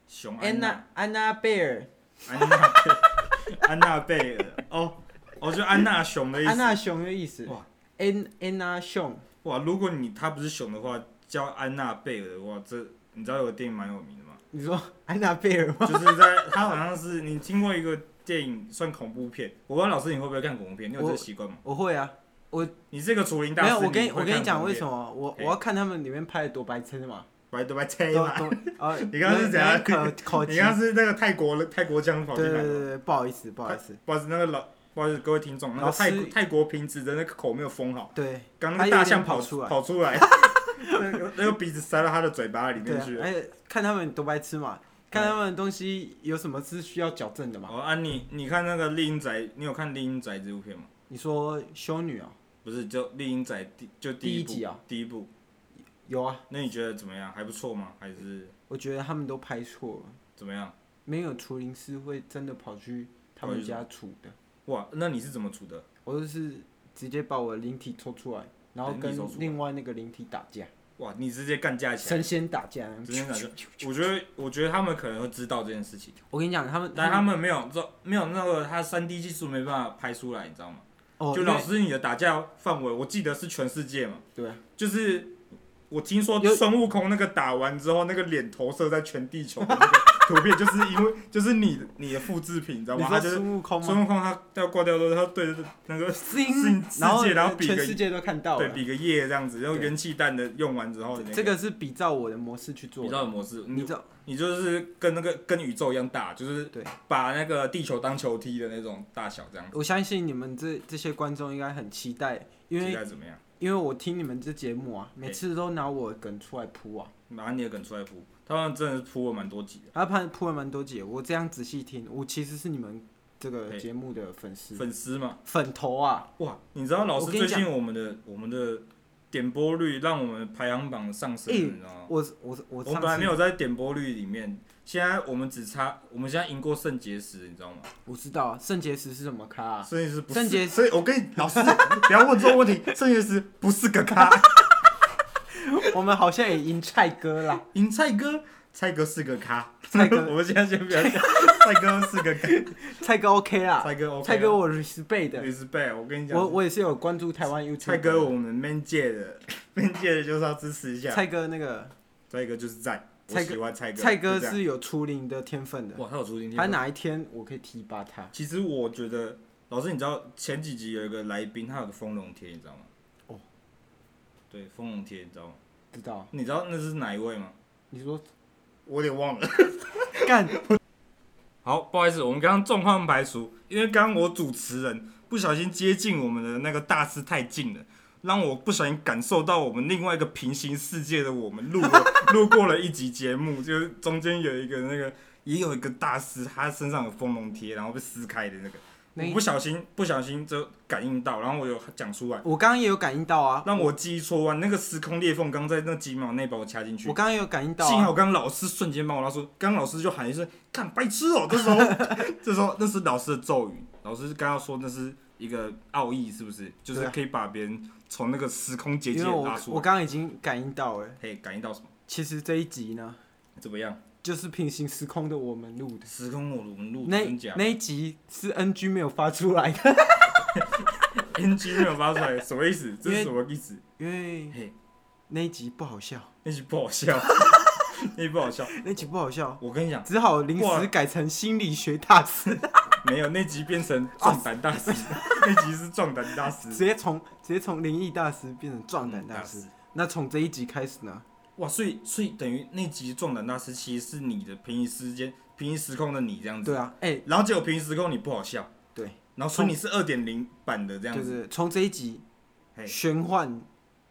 [SPEAKER 1] 熊
[SPEAKER 2] 安
[SPEAKER 1] 安娜
[SPEAKER 2] 娜安娜贝尔，
[SPEAKER 1] 安娜贝安娜贝尔哦，我觉得安娜熊的意
[SPEAKER 2] 安
[SPEAKER 1] 思
[SPEAKER 2] 娜熊的意思
[SPEAKER 1] 哎哇。
[SPEAKER 2] 安安娜熊，
[SPEAKER 1] 哇，如果你他不是熊的话，叫安娜贝尔的话，这你知道有个电影蛮有名的吗？
[SPEAKER 2] 你说 安娜贝尔 吗？
[SPEAKER 1] 就是在他好像是你听过一个电影算恐怖片，我不知道老师你会不会看恐怖片，你有这个习惯吗？
[SPEAKER 2] 我会啊，
[SPEAKER 1] 你这个除灵大
[SPEAKER 2] 没
[SPEAKER 1] 师，
[SPEAKER 2] 有，我跟
[SPEAKER 1] 你
[SPEAKER 2] 我跟你讲为什
[SPEAKER 1] 么？
[SPEAKER 2] 么我我
[SPEAKER 1] 嘿
[SPEAKER 2] 要看他们里面拍的多白痴嘛，
[SPEAKER 1] 白对白猜
[SPEAKER 2] 都
[SPEAKER 1] 嘛，
[SPEAKER 2] 都呃，
[SPEAKER 1] 哎 你刚刚是怎样
[SPEAKER 2] 有 点口口
[SPEAKER 1] 你
[SPEAKER 2] 急，
[SPEAKER 1] 刚刚是那个泰国的泰国腔跑
[SPEAKER 2] 对
[SPEAKER 1] 进
[SPEAKER 2] 对
[SPEAKER 1] 来
[SPEAKER 2] 对
[SPEAKER 1] 的，
[SPEAKER 2] 对，不好意思不好意思，
[SPEAKER 1] 不好意思，那个老。不好意思，各位听众，那个
[SPEAKER 2] 老师
[SPEAKER 1] 泰泰国平时的那个口没有封好，
[SPEAKER 2] 对
[SPEAKER 1] 刚刚那
[SPEAKER 2] 他
[SPEAKER 1] 个
[SPEAKER 2] 有
[SPEAKER 1] 大
[SPEAKER 2] 点
[SPEAKER 1] 象
[SPEAKER 2] 跑
[SPEAKER 1] 跑
[SPEAKER 2] 出来
[SPEAKER 1] 跑出 来，那个那个鼻子塞到他的嘴巴里
[SPEAKER 2] 对
[SPEAKER 1] 面
[SPEAKER 2] 啊
[SPEAKER 1] 去，了。
[SPEAKER 2] 而且看他们多白痴嘛，
[SPEAKER 1] 嗯
[SPEAKER 2] 看他们的东西有什么是需要矫正的嘛？
[SPEAKER 1] 哦，啊你，你看那个《丽英仔》，你有看《丽英仔》这部片吗？
[SPEAKER 2] 你说修女啊，
[SPEAKER 1] 不是，就《丽英仔》第就
[SPEAKER 2] 第
[SPEAKER 1] 一
[SPEAKER 2] 一
[SPEAKER 1] 部
[SPEAKER 2] 集啊，
[SPEAKER 1] 第一部。
[SPEAKER 2] 有啊，
[SPEAKER 1] 那你觉得怎么样？还不错吗？还是
[SPEAKER 2] 我觉得他们都拍错了，
[SPEAKER 1] 怎么样？
[SPEAKER 2] 没有除灵师会真的跑去他们家除的，
[SPEAKER 1] 哇，那你是怎么处的？
[SPEAKER 2] 我就是直接把我的灵体抽出来，然后
[SPEAKER 1] 灵体
[SPEAKER 2] 跟
[SPEAKER 1] 抽出来
[SPEAKER 2] 另外那个灵体打架，
[SPEAKER 1] 哇，你直接干架起来
[SPEAKER 2] 神，仙打架。
[SPEAKER 1] 直接干架。我觉得，我觉得他们可能会知道这件事情，
[SPEAKER 2] 我跟你讲，他们
[SPEAKER 1] 但他们没有这没有那个他三 D 技术没办法拍出来，你知道吗？
[SPEAKER 2] 哦，
[SPEAKER 1] 就
[SPEAKER 2] 因为
[SPEAKER 1] 老师你的打架范围，我记得是全世界嘛，
[SPEAKER 2] 对啊，
[SPEAKER 1] 就是我听说
[SPEAKER 2] 有
[SPEAKER 1] 孙悟空那个打完之后，那个脸投射在全地球的那个图片，就是因为就是你你的复制品，你知道
[SPEAKER 2] 你
[SPEAKER 1] 吗？
[SPEAKER 2] 说
[SPEAKER 1] 他就是
[SPEAKER 2] 孙悟空
[SPEAKER 1] 孙
[SPEAKER 2] 吗？
[SPEAKER 1] 悟空，他要挂掉之后，他对着那个
[SPEAKER 2] 星
[SPEAKER 1] 世，
[SPEAKER 2] 然后
[SPEAKER 1] 世界然后比个
[SPEAKER 2] 全世界都看到
[SPEAKER 1] 对
[SPEAKER 2] 了。
[SPEAKER 1] 比个耶这样子，然后
[SPEAKER 2] 对
[SPEAKER 1] 元气弹的用完之后，你那
[SPEAKER 2] 这个是比照我的模式去做
[SPEAKER 1] 比
[SPEAKER 2] 的，
[SPEAKER 1] 较的模式，
[SPEAKER 2] 你
[SPEAKER 1] 你
[SPEAKER 2] 知道？
[SPEAKER 1] 你就是跟那个跟宇宙一样大，就是
[SPEAKER 2] 对
[SPEAKER 1] 把那个地球当球踢的那种大小这样子，
[SPEAKER 2] 我相信你们这这些观众应该很期待，因
[SPEAKER 1] 期
[SPEAKER 2] 为
[SPEAKER 1] 待怎么样？
[SPEAKER 2] 因为我听你们这节目啊，每
[SPEAKER 1] 嘿
[SPEAKER 2] 次都拿我的梗出来铺啊，
[SPEAKER 1] 拿你的梗出来扑，他们真的是扑了蛮多集的。
[SPEAKER 2] 然后盘铺了蛮多节，我这样仔细听，我其实是你们这个
[SPEAKER 1] 嘿
[SPEAKER 2] 节目的粉丝
[SPEAKER 1] 粉丝嘛，
[SPEAKER 2] 粉头啊，
[SPEAKER 1] 哇！你知道老
[SPEAKER 2] 我
[SPEAKER 1] 师
[SPEAKER 2] 跟你
[SPEAKER 1] 最
[SPEAKER 2] 讲
[SPEAKER 1] 近我们的我们的点播率让我们排行榜上升，
[SPEAKER 2] 哎
[SPEAKER 1] 你知道吗？
[SPEAKER 2] 我我我
[SPEAKER 1] 哦我们
[SPEAKER 2] 上
[SPEAKER 1] 本来没
[SPEAKER 2] 次
[SPEAKER 1] 有在点播率里面，现在我们只差，我们现在赢过肾结石，你知道吗？
[SPEAKER 2] 我知道啊圣洁石是什么咖啊，
[SPEAKER 1] 肾结石不
[SPEAKER 2] 肾结
[SPEAKER 1] 是，
[SPEAKER 2] 石
[SPEAKER 1] 所以我跟你老师不要问这种问题，肾结石不是个咖。
[SPEAKER 2] 我们好像也赢蔡哥啦，
[SPEAKER 1] 赢蔡哥，蔡哥是个咖。
[SPEAKER 2] 蔡哥
[SPEAKER 1] 我们现在先不要讲，蔡哥是个 咖，
[SPEAKER 2] 蔡哥 OK 啦，
[SPEAKER 1] 蔡哥 OK，啊
[SPEAKER 2] 蔡哥我 respect 的，
[SPEAKER 1] respect，我跟你讲，
[SPEAKER 2] 我我也是有关注台湾 YouTube，
[SPEAKER 1] 蔡哥我们 man 界的 man 界的就是要支持一下，
[SPEAKER 2] 蔡哥那个
[SPEAKER 1] 蔡哥就是在，我
[SPEAKER 2] 蔡哥
[SPEAKER 1] 喜欢蔡哥，
[SPEAKER 2] 蔡哥
[SPEAKER 1] 就这样
[SPEAKER 2] 是有出灵的天分的，
[SPEAKER 1] 哇，他有出今
[SPEAKER 2] 他
[SPEAKER 1] 天。
[SPEAKER 2] 哪一天我可以提拔他？
[SPEAKER 1] 其实我觉得，老师，你知道前几集有一个来宾，他有个丰隆贴，你知道吗？
[SPEAKER 2] 哦，
[SPEAKER 1] 对，丰隆贴，你知道吗？
[SPEAKER 2] 知道？
[SPEAKER 1] 你知道那是哪一位吗？
[SPEAKER 2] 你说
[SPEAKER 1] 我有点忘了。
[SPEAKER 2] 干
[SPEAKER 1] 好，不好意思，我们刚刚状况排除，因为刚刚我主持人不小心接近我们的那个大师太近了，让我不小心感受到我们另外一个平行世界的我们录了 录过了一集节目，就是中间有一个那个也有一个大师，他身上有丰隆贴，然后被撕开的那个，
[SPEAKER 2] 那一
[SPEAKER 1] 我不小心不小心就感应到，然后我有讲出来，
[SPEAKER 2] 我刚刚也有感应到啊，
[SPEAKER 1] 让我记忆错乱，那个时空裂缝刚在那几秒内把我掐进去
[SPEAKER 2] 我。刚刚也有感应到、
[SPEAKER 1] 幸
[SPEAKER 2] 啊，
[SPEAKER 1] 好刚老师瞬间帮我拉出，刚老师就喊一声“看白痴 哦、这时候，这时候那是老师的咒语，老师刚刚说那是一个奥义，是不是？就是
[SPEAKER 2] 对啊
[SPEAKER 1] 可以把别人从那个时空结界
[SPEAKER 2] 因为我
[SPEAKER 1] 拉出
[SPEAKER 2] 我
[SPEAKER 1] 来。
[SPEAKER 2] 刚刚已经感应到了。
[SPEAKER 1] 嘿，感应到什么？
[SPEAKER 2] 其实这一集呢，
[SPEAKER 1] 怎么样？
[SPEAKER 2] 就是平行时空的我们录的，
[SPEAKER 1] 时空我们录
[SPEAKER 2] 那
[SPEAKER 1] 哦真假
[SPEAKER 2] 那一集是 NG 没有发出 来的，
[SPEAKER 1] ？NG 没有发出来，什么意思？这
[SPEAKER 2] 因
[SPEAKER 1] 是
[SPEAKER 2] 为
[SPEAKER 1] 什么意 思？
[SPEAKER 2] 因为
[SPEAKER 1] 嘿，
[SPEAKER 2] 那一集不好笑，
[SPEAKER 1] 那集不好笑， 那集不好笑。
[SPEAKER 2] 那一集不好笑，
[SPEAKER 1] 我跟你讲，
[SPEAKER 2] 只好临
[SPEAKER 1] 哇
[SPEAKER 2] 时改成心理学大师，
[SPEAKER 1] 没有那集变成壮胆大 师，那集是壮胆大师
[SPEAKER 2] 直。接从直接从灵异大师变成壮胆大
[SPEAKER 1] 嗯
[SPEAKER 2] 师。那从这一集开始呢，
[SPEAKER 1] 哇，所以所以等于那集《壮胆大师》其实是你的平行时间、平行时空的你这样子，
[SPEAKER 2] 对啊，哎、
[SPEAKER 1] 然后结果平行时空你不好笑，
[SPEAKER 2] 对，
[SPEAKER 1] 然后所以你是二点零版的这样
[SPEAKER 2] 对
[SPEAKER 1] 子，
[SPEAKER 2] 对，从这一集
[SPEAKER 1] 嘿
[SPEAKER 2] 玄幻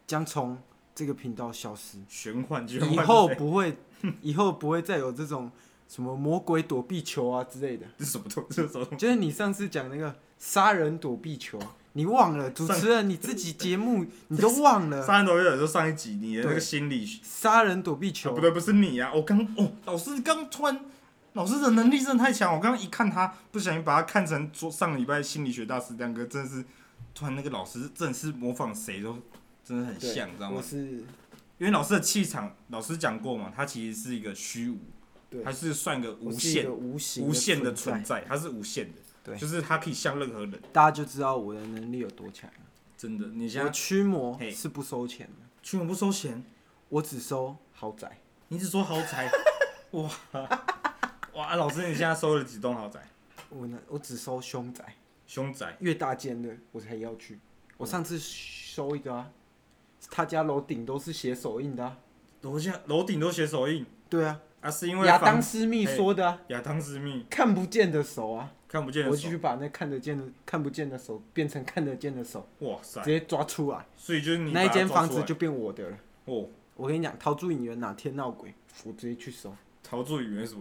[SPEAKER 2] 将从这个频道消失。
[SPEAKER 1] 玄幻玄幻
[SPEAKER 2] 以
[SPEAKER 1] 是
[SPEAKER 2] 后
[SPEAKER 1] 谁
[SPEAKER 2] 不会，以后不会再有这种什么魔鬼躲避球啊之类的。
[SPEAKER 1] 这是什么东这是什么东
[SPEAKER 2] 就是你上次讲那个杀人躲避球，你忘了主持人你自己节目你都忘
[SPEAKER 1] 西？
[SPEAKER 2] 了
[SPEAKER 1] 杀人头有的时候上一集你的那个
[SPEAKER 2] 对
[SPEAKER 1] 心理学，
[SPEAKER 2] 杀人躲避
[SPEAKER 1] 啊
[SPEAKER 2] 球
[SPEAKER 1] 不。对，不是你啊，我刚哦，老师刚突然。老师的能力真的太强，我刚刚一看他，不小心把他看成昨上礼拜心理学大师亮哥，真的是，突然那个老师真的是模仿谁都真的很
[SPEAKER 2] 对
[SPEAKER 1] 像，你知道吗
[SPEAKER 2] 我？是
[SPEAKER 1] 因为老师的气场，老师讲过嘛，他其实是一个虚无，
[SPEAKER 2] 对
[SPEAKER 1] 他是算个无
[SPEAKER 2] 我是一
[SPEAKER 1] 限
[SPEAKER 2] 个、无形
[SPEAKER 1] 无限的
[SPEAKER 2] 的
[SPEAKER 1] 存在，他是无限的，
[SPEAKER 2] 对
[SPEAKER 1] 就是他可以像任何人，
[SPEAKER 2] 大家就知道我的能力有多强了。
[SPEAKER 1] 真的。你现
[SPEAKER 2] 我
[SPEAKER 1] 在
[SPEAKER 2] 驱魔
[SPEAKER 1] 嘿
[SPEAKER 2] 是不收钱的，
[SPEAKER 1] 驱魔不收钱，
[SPEAKER 2] 我只收豪宅。
[SPEAKER 1] 你只说豪宅，哇，老师，你现在收了几栋豪宅？
[SPEAKER 2] 我呢，我只收凶宅，
[SPEAKER 1] 凶宅？
[SPEAKER 2] 越大间的我才要去。我上次收一个啊，他家楼顶都是写手印的、啊。
[SPEAKER 1] 楼下楼顶都写手印
[SPEAKER 2] 对啊，
[SPEAKER 1] 啊，是因为
[SPEAKER 2] 亚
[SPEAKER 1] 房
[SPEAKER 2] 当斯密说的啊，
[SPEAKER 1] 亚当斯密
[SPEAKER 2] 看不见的手啊，
[SPEAKER 1] 看不见
[SPEAKER 2] 我
[SPEAKER 1] 的
[SPEAKER 2] 就
[SPEAKER 1] 手。
[SPEAKER 2] 去把那看得见的看不见的手变成看得见的手，
[SPEAKER 1] 哇
[SPEAKER 2] 直
[SPEAKER 1] 塞！
[SPEAKER 2] 接抓出来，
[SPEAKER 1] 所以就是你
[SPEAKER 2] 那一
[SPEAKER 1] 把它
[SPEAKER 2] 间
[SPEAKER 1] 抓
[SPEAKER 2] 房
[SPEAKER 1] 出
[SPEAKER 2] 子
[SPEAKER 1] 来
[SPEAKER 2] 就变我的了。
[SPEAKER 1] 哦，
[SPEAKER 2] 我跟你讲，陶朱影园哪天闹鬼，我直接去收。
[SPEAKER 1] 陶铸语言什么？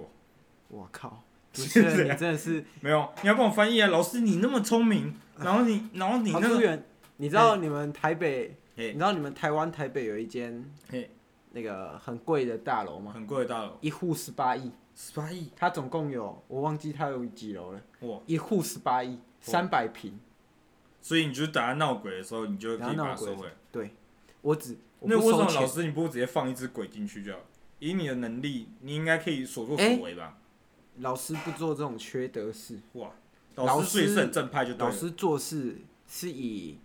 [SPEAKER 2] 我 靠，主
[SPEAKER 1] 是
[SPEAKER 2] 持人
[SPEAKER 1] 这
[SPEAKER 2] 你
[SPEAKER 1] 样
[SPEAKER 2] 真的是
[SPEAKER 1] 没有，你要帮我翻译啊！老师，你那么聪明，然后你，然后你
[SPEAKER 2] 陶
[SPEAKER 1] 那
[SPEAKER 2] 朱
[SPEAKER 1] 个，
[SPEAKER 2] 园，你知道你们台北，
[SPEAKER 1] 嘿
[SPEAKER 2] 你知道你们台湾台北有一间
[SPEAKER 1] 嘿，
[SPEAKER 2] 那个很贵的大楼吗？
[SPEAKER 1] 很贵的大楼，
[SPEAKER 2] 一户十八亿，
[SPEAKER 1] 十八亿，
[SPEAKER 2] 它总共有我忘记它有几楼了，
[SPEAKER 1] 哇！
[SPEAKER 2] 一户十八亿，三百平，
[SPEAKER 1] 所以你就打他闹鬼的时候，你就
[SPEAKER 2] 然
[SPEAKER 1] 可
[SPEAKER 2] 后
[SPEAKER 1] 以把
[SPEAKER 2] 闹
[SPEAKER 1] 它收
[SPEAKER 2] 鬼
[SPEAKER 1] 回来。，
[SPEAKER 2] 对我只我
[SPEAKER 1] 那为
[SPEAKER 2] 不
[SPEAKER 1] 什
[SPEAKER 2] 收
[SPEAKER 1] 么老
[SPEAKER 2] 钱，
[SPEAKER 1] 师你不如直接放一只鬼进去就好？以你的能力，你应该可以所作所
[SPEAKER 2] 哎
[SPEAKER 1] 为吧？
[SPEAKER 2] 老师不做这种缺德事，
[SPEAKER 1] 哇，
[SPEAKER 2] 老
[SPEAKER 1] 老师所以
[SPEAKER 2] 师
[SPEAKER 1] 是很正派就对
[SPEAKER 2] 老
[SPEAKER 1] 了。
[SPEAKER 2] 师做事是以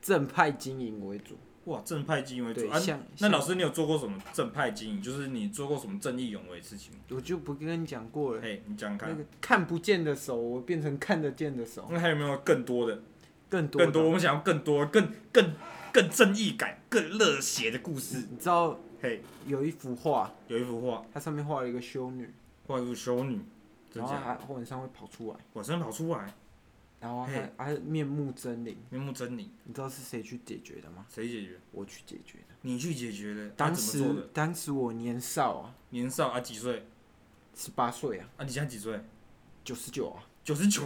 [SPEAKER 2] 正派经营为主，
[SPEAKER 1] 哇，正派经营为主
[SPEAKER 2] 对
[SPEAKER 1] 啊，！
[SPEAKER 2] 像
[SPEAKER 1] 那
[SPEAKER 2] 像
[SPEAKER 1] 老师，你有做过什么正派经营？就是你做过什么正义勇为的事情吗？
[SPEAKER 2] 我就不跟你讲过了，
[SPEAKER 1] 嘿，你讲讲
[SPEAKER 2] 那
[SPEAKER 1] 看。
[SPEAKER 2] 个看不见的手，我变成看得见的手，
[SPEAKER 1] 那还有没有更多的？
[SPEAKER 2] 更多
[SPEAKER 1] 更
[SPEAKER 2] 更
[SPEAKER 1] 多，我们想要更多、更更更正义感、更热血的故事。
[SPEAKER 2] 你知道
[SPEAKER 1] 嘿，
[SPEAKER 2] 有一幅画，
[SPEAKER 1] 有一幅画，
[SPEAKER 2] 它上面画了一个修女，
[SPEAKER 1] 画一幅修女，真
[SPEAKER 2] 然后
[SPEAKER 1] 假？
[SPEAKER 2] 她晚上会跑出来，
[SPEAKER 1] 晚上跑出来，
[SPEAKER 2] 然后她
[SPEAKER 1] 嘿
[SPEAKER 2] 她面目狰狞。
[SPEAKER 1] 面目狰狞，
[SPEAKER 2] 你知道是谁去解决的吗？
[SPEAKER 1] 谁解决？
[SPEAKER 2] 我去解决的。
[SPEAKER 1] 你去解决的。他
[SPEAKER 2] 当
[SPEAKER 1] 怎么做
[SPEAKER 2] 时
[SPEAKER 1] 的？
[SPEAKER 2] 当时我年少啊，
[SPEAKER 1] 年少啊，几岁？
[SPEAKER 2] 十八岁啊，
[SPEAKER 1] 啊，你现在几岁？
[SPEAKER 2] 九十九啊，
[SPEAKER 1] 九十 九。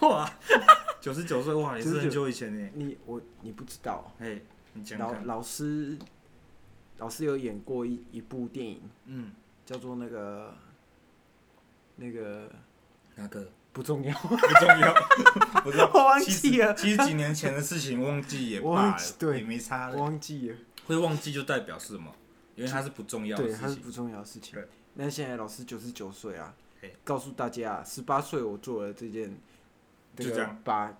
[SPEAKER 1] 哇，九十九岁哇，也是很久以前呢。
[SPEAKER 2] 你我你不知道啊、
[SPEAKER 1] 嘿，你讲
[SPEAKER 2] 老
[SPEAKER 1] 讲。
[SPEAKER 2] 老师老师有演过一一部电影，
[SPEAKER 1] 嗯，
[SPEAKER 2] 叫做那个那个
[SPEAKER 1] 哪个？
[SPEAKER 2] 不重要，
[SPEAKER 1] 不重要，不是。
[SPEAKER 2] 我忘记了
[SPEAKER 1] 七十几年前的事情忘记也
[SPEAKER 2] 我
[SPEAKER 1] 罢
[SPEAKER 2] 忘
[SPEAKER 1] 了
[SPEAKER 2] 记， 对
[SPEAKER 1] 也没差
[SPEAKER 2] 我
[SPEAKER 1] 了。
[SPEAKER 2] 忘记了，
[SPEAKER 1] 会忘记就代表是什么？因为它是不重要的
[SPEAKER 2] 对，
[SPEAKER 1] 事
[SPEAKER 2] 它是
[SPEAKER 1] 情。
[SPEAKER 2] 不重要的事情
[SPEAKER 1] 对。
[SPEAKER 2] 那现在老师九十九岁啊
[SPEAKER 1] 嘿，
[SPEAKER 2] 告诉大家、啊，十八岁我做了这件，
[SPEAKER 1] 就
[SPEAKER 2] 这
[SPEAKER 1] 这
[SPEAKER 2] 个
[SPEAKER 1] 样
[SPEAKER 2] 把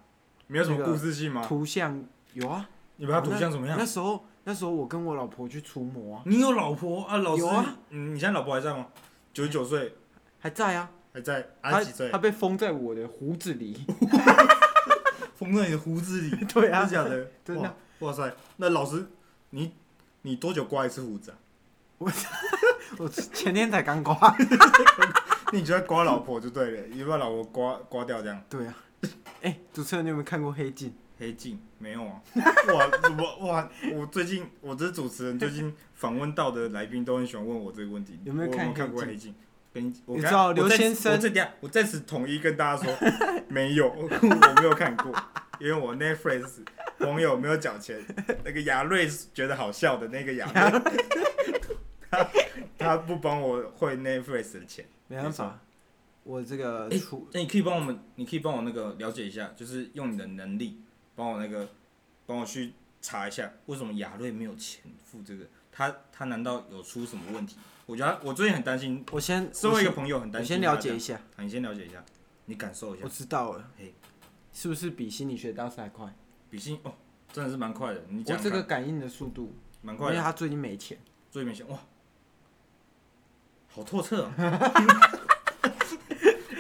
[SPEAKER 1] 没有什么故事性吗？
[SPEAKER 2] 图像有啊，
[SPEAKER 1] 你把它图像怎么样
[SPEAKER 2] 那？时候那时候我跟我老婆去除魔啊，
[SPEAKER 1] 你有老婆啊？老师
[SPEAKER 2] 有啊，
[SPEAKER 1] 嗯，你现在老婆还在吗？九十九岁
[SPEAKER 2] 还在啊，
[SPEAKER 1] 还在，啊
[SPEAKER 2] 她
[SPEAKER 1] 几岁
[SPEAKER 2] 她？被封在我的胡子里，
[SPEAKER 1] 封在你的胡子里，
[SPEAKER 2] 对啊
[SPEAKER 1] 真的假的？
[SPEAKER 2] 真的
[SPEAKER 1] 哇。哇塞，那老师，你你多久刮一次胡子啊？
[SPEAKER 2] 我前天才刚刮。
[SPEAKER 1] 那你就在刮老婆就对了，你把老婆刮刮掉这样。
[SPEAKER 2] 对啊，哎、主持人，你有没有看过《黑镜》？
[SPEAKER 1] 黑镜没有啊？ 哇，怎么哇？我最近我这主持人最近访问到的来宾都很喜欢问我这个问题，
[SPEAKER 2] 有没有
[SPEAKER 1] 我
[SPEAKER 2] 看
[SPEAKER 1] 有看
[SPEAKER 2] 黑
[SPEAKER 1] 过
[SPEAKER 2] 镜
[SPEAKER 1] 黑镜？跟你我
[SPEAKER 2] 你
[SPEAKER 1] 刚
[SPEAKER 2] 知道
[SPEAKER 1] 我
[SPEAKER 2] 刘
[SPEAKER 1] 在
[SPEAKER 2] 先生
[SPEAKER 1] 我这等一下我在此统一跟大家说， 没有，我没有看过，因为我 Netflix 网友没有缴钱。那个亚瑞觉得好笑的那个亚瑞， 他他不帮我汇 Netflix 的钱。
[SPEAKER 2] 没办法，我这个
[SPEAKER 1] 哎
[SPEAKER 2] 出、
[SPEAKER 1] 那你可以帮我们，你可以帮我那个了解一下，就是用你的能力帮我那个，帮我去查一下为什么亚瑞没有钱付这个？他他难道有出什么问题？我觉得他我最近很担心，
[SPEAKER 2] 我先
[SPEAKER 1] 身
[SPEAKER 2] 我
[SPEAKER 1] 为一
[SPEAKER 2] 先
[SPEAKER 1] 个朋友很
[SPEAKER 2] 我
[SPEAKER 1] 担心
[SPEAKER 2] 先
[SPEAKER 1] 他这样。
[SPEAKER 2] 了解一下，
[SPEAKER 1] 啊，你先了解一下，你感受一下
[SPEAKER 2] 我。知道了
[SPEAKER 1] 嘿，
[SPEAKER 2] 是不是比心理学大师还快？
[SPEAKER 1] 比心哦，真的是蛮快的，你
[SPEAKER 2] 我
[SPEAKER 1] 讲
[SPEAKER 2] 这
[SPEAKER 1] 讲
[SPEAKER 2] 个
[SPEAKER 1] 看
[SPEAKER 2] 感应的速度，
[SPEAKER 1] 蛮
[SPEAKER 2] 因
[SPEAKER 1] 快啊
[SPEAKER 2] 为
[SPEAKER 1] 的，
[SPEAKER 2] 他最近没钱，
[SPEAKER 1] 最明显哇，好透彻、 啊。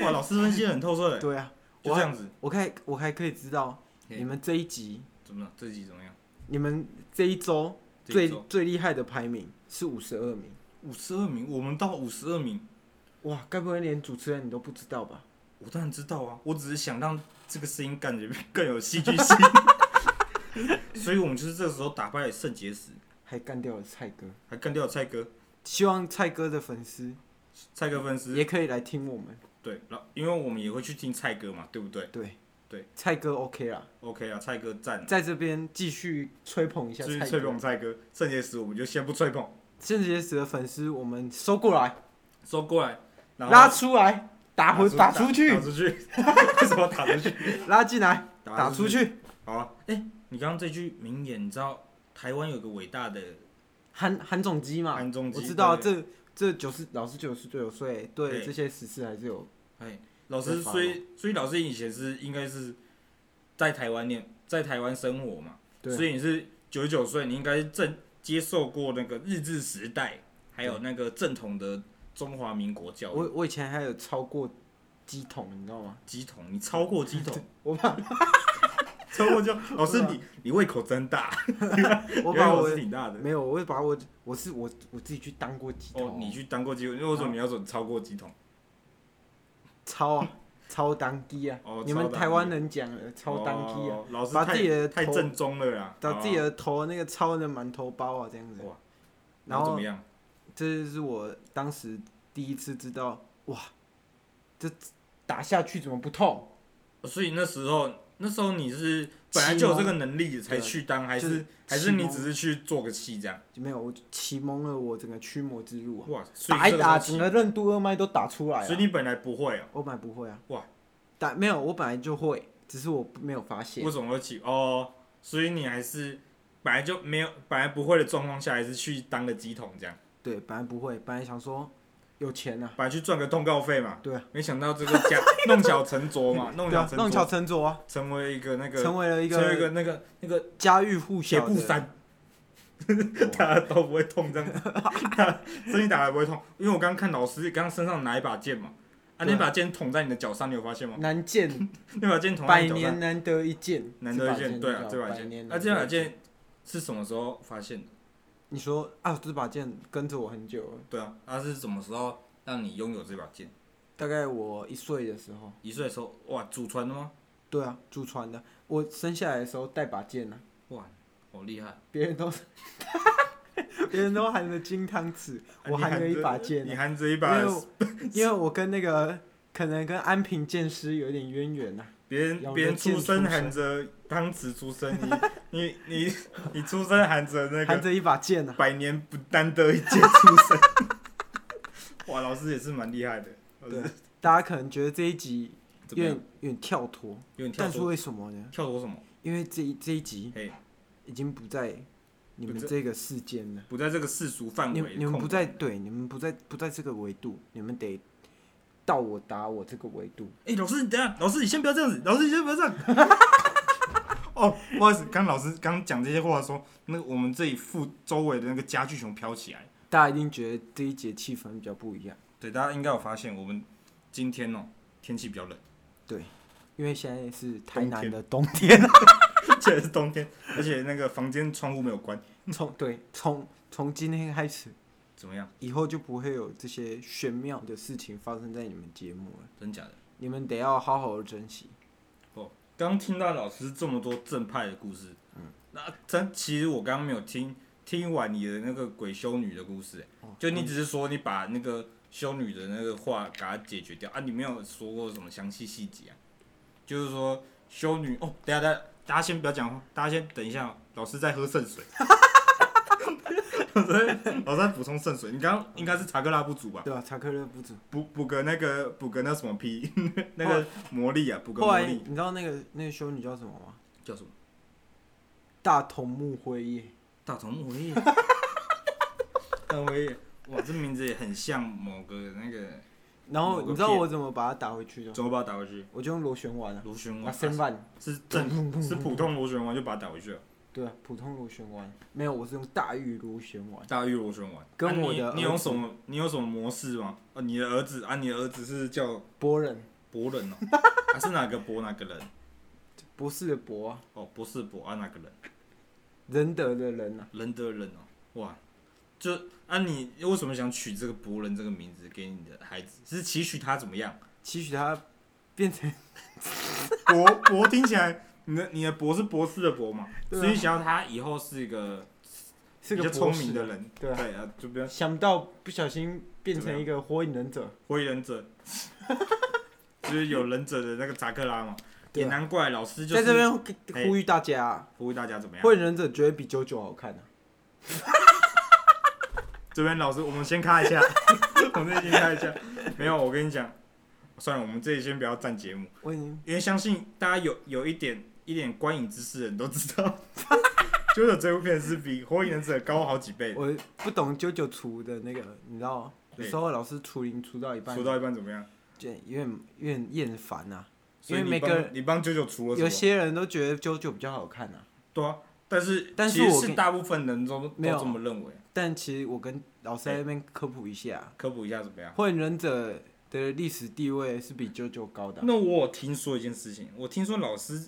[SPEAKER 1] 哇，老师分析的很透彻，欸
[SPEAKER 2] 对啊，
[SPEAKER 1] 就
[SPEAKER 2] 我
[SPEAKER 1] 这
[SPEAKER 2] 还
[SPEAKER 1] 样子。
[SPEAKER 2] 我还我还可以知道
[SPEAKER 1] 嘿
[SPEAKER 2] 你们这一集，
[SPEAKER 1] 怎么了？这集怎么样？
[SPEAKER 2] 你们这一周
[SPEAKER 1] 这一
[SPEAKER 2] 最
[SPEAKER 1] 周
[SPEAKER 2] 最厉害的排名是五十二名，
[SPEAKER 1] 五十二名，我们到五十二名。
[SPEAKER 2] 哇，该不会连主持人你都不知道吧？
[SPEAKER 1] 我当然知道啊，我只是想让这个声音感觉 更有戏剧性， 所以我们就是这时候打败了肾结石，
[SPEAKER 2] 还干掉了蔡哥，
[SPEAKER 1] 还干掉了蔡哥，
[SPEAKER 2] 希望蔡哥的粉丝
[SPEAKER 1] 蔡哥粉丝
[SPEAKER 2] 也可以来听我们，
[SPEAKER 1] 对，然后因为我们也会去听蔡哥嘛，对不对
[SPEAKER 2] 对
[SPEAKER 1] 对，
[SPEAKER 2] 蔡哥 OK 啦。
[SPEAKER 1] ？OK 啊，蔡哥赞啊，
[SPEAKER 2] 在这边继续吹捧一下
[SPEAKER 1] 就是
[SPEAKER 2] 蔡
[SPEAKER 1] 吹
[SPEAKER 2] 哥
[SPEAKER 1] 捧。蔡哥，肾结石我们就先不吹捧，
[SPEAKER 2] 圣洁石的粉丝，我们收过来，
[SPEAKER 1] 收过来，然后
[SPEAKER 2] 拉出来，打回打出
[SPEAKER 1] 打
[SPEAKER 2] 去，
[SPEAKER 1] 出去， 为什么打出去？
[SPEAKER 2] 拉进来，
[SPEAKER 1] 打
[SPEAKER 2] 打
[SPEAKER 1] 出
[SPEAKER 2] 出
[SPEAKER 1] 去
[SPEAKER 2] 去。
[SPEAKER 1] 好啊，哎、你刚刚这句名言，你知道台湾有个伟大的
[SPEAKER 2] 韩韩总机嘛，
[SPEAKER 1] 韩总机
[SPEAKER 2] 我知道
[SPEAKER 1] 对
[SPEAKER 2] 这这九十老师九十九岁，对
[SPEAKER 1] 对
[SPEAKER 2] 这些时事还是有
[SPEAKER 1] 哎，老师，所以所以老师以前是应该是在台湾念，在台湾生活嘛，
[SPEAKER 2] 对
[SPEAKER 1] 所以你是九十九岁，你应该是正接受过那个日治时代还有那个正统的中华民国教育。
[SPEAKER 2] 我我以前还有超过鸡桶，你知 道吗？
[SPEAKER 1] 鸡桶，你超过鸡桶，
[SPEAKER 2] 我把
[SPEAKER 1] 超过 就老师你你胃口真大，
[SPEAKER 2] 我
[SPEAKER 1] 原来
[SPEAKER 2] 把我
[SPEAKER 1] 是挺大的。
[SPEAKER 2] 没有，我会把我我是我我自己去当过鸡桶、
[SPEAKER 1] 哦，你去当过鸡桶，因为为什么你要说你超过鸡桶？
[SPEAKER 2] 超啊超当鸡啊！
[SPEAKER 1] 哦
[SPEAKER 2] 你
[SPEAKER 1] 超
[SPEAKER 2] 们
[SPEAKER 1] 当鸡
[SPEAKER 2] 台湾人讲的超当鸡啊，
[SPEAKER 1] 哦老师
[SPEAKER 2] 把
[SPEAKER 1] 太
[SPEAKER 2] 自己的
[SPEAKER 1] 太
[SPEAKER 2] 头
[SPEAKER 1] 正宗了啦，
[SPEAKER 2] 把自己
[SPEAKER 1] 哦
[SPEAKER 2] 的头那个抄的馒头包啊这样子。
[SPEAKER 1] 哇然
[SPEAKER 2] 然
[SPEAKER 1] 后怎
[SPEAKER 2] 后
[SPEAKER 1] 么样？
[SPEAKER 2] 这就是我当时第一次知道，哇，这打下去怎么不痛？
[SPEAKER 1] 所以那时候那时候你是本来就有这个能力才
[SPEAKER 2] 对
[SPEAKER 1] 去当，还
[SPEAKER 2] 就是是
[SPEAKER 1] 还是你
[SPEAKER 2] 启蒙
[SPEAKER 1] 只是去做个戏这样？
[SPEAKER 2] 就没有，我启蒙了我整个驱魔之路啊！
[SPEAKER 1] 哇，所以
[SPEAKER 2] 打
[SPEAKER 1] 这
[SPEAKER 2] 一
[SPEAKER 1] 个
[SPEAKER 2] 打，
[SPEAKER 1] 时候
[SPEAKER 2] 整个啊任督二脉都打出来了。
[SPEAKER 1] 所以你本来不会哦，
[SPEAKER 2] 我本来不会啊。
[SPEAKER 1] 哇，
[SPEAKER 2] 打没有，我本来就会，只是我没有发现
[SPEAKER 1] 为。什么会起哦？所以你还是本来就没有本来不会的状况下，还是去当个鸡桶这样，
[SPEAKER 2] 对，本来不会，本来想说有钱啊，
[SPEAKER 1] 本来去赚个通告费嘛。
[SPEAKER 2] 对啊，
[SPEAKER 1] 没想到这个 家弄巧成拙嘛，弄
[SPEAKER 2] 对
[SPEAKER 1] 巧
[SPEAKER 2] 啊，弄
[SPEAKER 1] 成
[SPEAKER 2] 巧
[SPEAKER 1] 拙，
[SPEAKER 2] 成拙啊，
[SPEAKER 1] 成为一个那个
[SPEAKER 2] 成为了一
[SPEAKER 1] 成为一
[SPEAKER 2] 个
[SPEAKER 1] 个那个那个
[SPEAKER 2] 家喻户
[SPEAKER 1] 铁
[SPEAKER 2] 晓
[SPEAKER 1] 布
[SPEAKER 2] 的。
[SPEAKER 1] 衫，大家都不会痛这样 子，身体打来不会痛，因为我刚刚看老师刚刚身上拿一把剑嘛，啊，
[SPEAKER 2] 对
[SPEAKER 1] 那把剑捅在你的脚上，你有发现吗？
[SPEAKER 2] 难见，
[SPEAKER 1] 那把剑捅在
[SPEAKER 2] 百
[SPEAKER 1] 你脚上，
[SPEAKER 2] 年难得一见，
[SPEAKER 1] 难得一见，对啊
[SPEAKER 2] 啊，，
[SPEAKER 1] 这把
[SPEAKER 2] 百
[SPEAKER 1] 剑
[SPEAKER 2] 年，
[SPEAKER 1] 啊，
[SPEAKER 2] 难得
[SPEAKER 1] 这把
[SPEAKER 2] 一见。
[SPEAKER 1] 剑是什么时候发现的？
[SPEAKER 2] 你说啊，这把剑跟着我很久了，
[SPEAKER 1] 对啊，它是什么时候让你拥有这把剑？
[SPEAKER 2] 大概我一岁的时候。
[SPEAKER 1] 一岁的时候，哇，祖传的吗？
[SPEAKER 2] 对啊，祖传的。我生下来的时候带把剑呢、
[SPEAKER 1] 哇，好厉害！
[SPEAKER 2] 啊， 别 人都别人都含着金汤匙，我
[SPEAKER 1] 啊你
[SPEAKER 2] 含着一
[SPEAKER 1] 着
[SPEAKER 2] 把剑
[SPEAKER 1] 你
[SPEAKER 2] 啊、
[SPEAKER 1] 含着一
[SPEAKER 2] 因
[SPEAKER 1] 把
[SPEAKER 2] 为，我 因为我跟那个可能跟安平剑师有点渊源呐、啊。
[SPEAKER 1] 别人
[SPEAKER 2] 咬
[SPEAKER 1] 别
[SPEAKER 2] 着
[SPEAKER 1] 人出
[SPEAKER 2] 剑
[SPEAKER 1] 生
[SPEAKER 2] 出
[SPEAKER 1] 含
[SPEAKER 2] 生
[SPEAKER 1] 着汤匙出生，你你你 你出生含着那个
[SPEAKER 2] 含着一把剑啊呢、
[SPEAKER 1] 百年不难得一见出生。 哇，老师也哦是蛮厉害的，老师
[SPEAKER 2] 对大家可能觉得这一集有
[SPEAKER 1] 怎么
[SPEAKER 2] 点
[SPEAKER 1] 样？
[SPEAKER 2] 有点跳脱，
[SPEAKER 1] 有点跳
[SPEAKER 2] 但是
[SPEAKER 1] 脱，
[SPEAKER 2] 为什么呢？
[SPEAKER 1] 跳脱什么？
[SPEAKER 2] 因为这一这一集
[SPEAKER 1] 嘿
[SPEAKER 2] 已经不在你们
[SPEAKER 1] 不在
[SPEAKER 2] 这个世间了，
[SPEAKER 1] 不在这个世俗范
[SPEAKER 2] 你
[SPEAKER 1] 围，
[SPEAKER 2] 们你们不在。对，你们不在不在这个维度，你们得到我打我这个维度。
[SPEAKER 1] 哎、老师，你等一下，老师你先不要这样子， 老师你先不要这样。哦，不好意思，刚老师刚讲这些话的时候，那个我们这里附周围的那个家具熊飘起来。
[SPEAKER 2] 大家一定觉得这一节气氛比较不一样，
[SPEAKER 1] 对，大家应该有发现，我们今天哦天气比较冷，
[SPEAKER 2] 因为现在是台
[SPEAKER 1] 冬
[SPEAKER 2] 南
[SPEAKER 1] 天
[SPEAKER 2] 的冬天，
[SPEAKER 1] 现在是冬天，而且那个房间窗户没有关，
[SPEAKER 2] 从对从从今天开始，
[SPEAKER 1] 怎么样？
[SPEAKER 2] 以后就不会有这些玄妙的事情发生在你们节目了，
[SPEAKER 1] 真假的？
[SPEAKER 2] 你们得要好好的珍惜。
[SPEAKER 1] 刚听到老师这么多正派的故事，那咱其实我刚刚没有听听完你的那个鬼修女的故事、欸
[SPEAKER 2] 哦
[SPEAKER 1] 就你只是说你把那个修女的那个话给它解决掉啊，你没有说过什么详细细节啊，就是说修女哦，等一下大家大家先不要讲话，大家先等一下哦、老师在喝圣水， 老师老师在补充圣水，你刚刚应该是查克拉不足吧？
[SPEAKER 2] 对吧、查克勒不足。
[SPEAKER 1] 补补个那个补个那什么皮，那个魔力啊，补个
[SPEAKER 2] 后
[SPEAKER 1] 魔
[SPEAKER 2] 来
[SPEAKER 1] 力
[SPEAKER 2] 你知道那个那个修女叫什么吗？
[SPEAKER 1] 叫什么？
[SPEAKER 2] 大同木辉夜。
[SPEAKER 1] 大同木 叶，大同木叶，哇，这名字也很像某个那个
[SPEAKER 2] 然后
[SPEAKER 1] 某个
[SPEAKER 2] 你知道
[SPEAKER 1] 片
[SPEAKER 2] 我怎么把它打回去的吗？
[SPEAKER 1] 怎么把它打回去？
[SPEAKER 2] 我就用螺旋丸啊，
[SPEAKER 1] 嗯螺旋
[SPEAKER 2] 啊
[SPEAKER 1] 丸
[SPEAKER 2] 三嗯万，
[SPEAKER 1] 是 正是普通螺旋丸就把它打回去了，
[SPEAKER 2] 对啊，普通螺旋丸。没有，我是用大玉螺旋丸。
[SPEAKER 1] 大玉螺旋丸。
[SPEAKER 2] 跟
[SPEAKER 1] 啊
[SPEAKER 2] 我
[SPEAKER 1] 你
[SPEAKER 2] 的
[SPEAKER 1] 你
[SPEAKER 2] 儿
[SPEAKER 1] 有
[SPEAKER 2] 子
[SPEAKER 1] 什么你有什么模式吗？哦，你的儿子啊，你的儿子是叫
[SPEAKER 2] 博人，
[SPEAKER 1] 博人 哦，还是哪个博哪个人？
[SPEAKER 2] 博士的博啊，
[SPEAKER 1] 哦，不是博啊，哪个人？
[SPEAKER 2] 仁德的人啊。
[SPEAKER 1] 仁德人哦，哇，就啊，你为什么想取这个博人这个名字给你的孩子？是期许他怎么样？
[SPEAKER 2] 期许他变成
[SPEAKER 1] 博博听起来，你的你的博是博士的博嘛，
[SPEAKER 2] 对啊
[SPEAKER 1] 所以想要他以后是一个
[SPEAKER 2] 是
[SPEAKER 1] 比
[SPEAKER 2] 个
[SPEAKER 1] 较聪
[SPEAKER 2] 博士
[SPEAKER 1] 明的，人，
[SPEAKER 2] 对啊
[SPEAKER 1] 对啊，就不要
[SPEAKER 2] 想不到不小心变成一个火影忍者，
[SPEAKER 1] 火影忍者，就是有忍者的那个查克拉嘛，
[SPEAKER 2] 对啊
[SPEAKER 1] 也难怪老师就
[SPEAKER 2] 在
[SPEAKER 1] 是
[SPEAKER 2] 这边
[SPEAKER 1] 哎
[SPEAKER 2] 呼吁大家啊，
[SPEAKER 1] 呼吁大家怎么样
[SPEAKER 2] 火？影忍者绝对比九九好看啊。
[SPEAKER 1] 这边老师，我们先咔一下， 我们先咔一下，没有，我跟你讲，算了，我们这里先不要占节目，
[SPEAKER 2] 我已经
[SPEAKER 1] 因为相信大家有有一点一点观影知识的人都知道， 就是这部片是比火影忍者高好几倍的，
[SPEAKER 2] 我不懂九九除的那个，你知道，有
[SPEAKER 1] 对
[SPEAKER 2] 时候老师除零除到一半，
[SPEAKER 1] 除到一半怎么样？
[SPEAKER 2] 就有点有点厌烦啊。
[SPEAKER 1] 所以你
[SPEAKER 2] 因为每
[SPEAKER 1] 帮
[SPEAKER 2] 个人
[SPEAKER 1] 你帮九九除了什么
[SPEAKER 2] 有些人都觉得九九比较好看啊，
[SPEAKER 1] 对啊，但是
[SPEAKER 2] 但是
[SPEAKER 1] 其
[SPEAKER 2] 我
[SPEAKER 1] 实是
[SPEAKER 2] 跟
[SPEAKER 1] 大部分人都都
[SPEAKER 2] 没有啊
[SPEAKER 1] 这么认为。啊
[SPEAKER 2] 但其实我跟老师在那边科普一下，
[SPEAKER 1] 科普一下怎么样？
[SPEAKER 2] 火影忍者的历史地位是比 JoJo 高的啊。
[SPEAKER 1] 那我有听说一件事情，我听说老师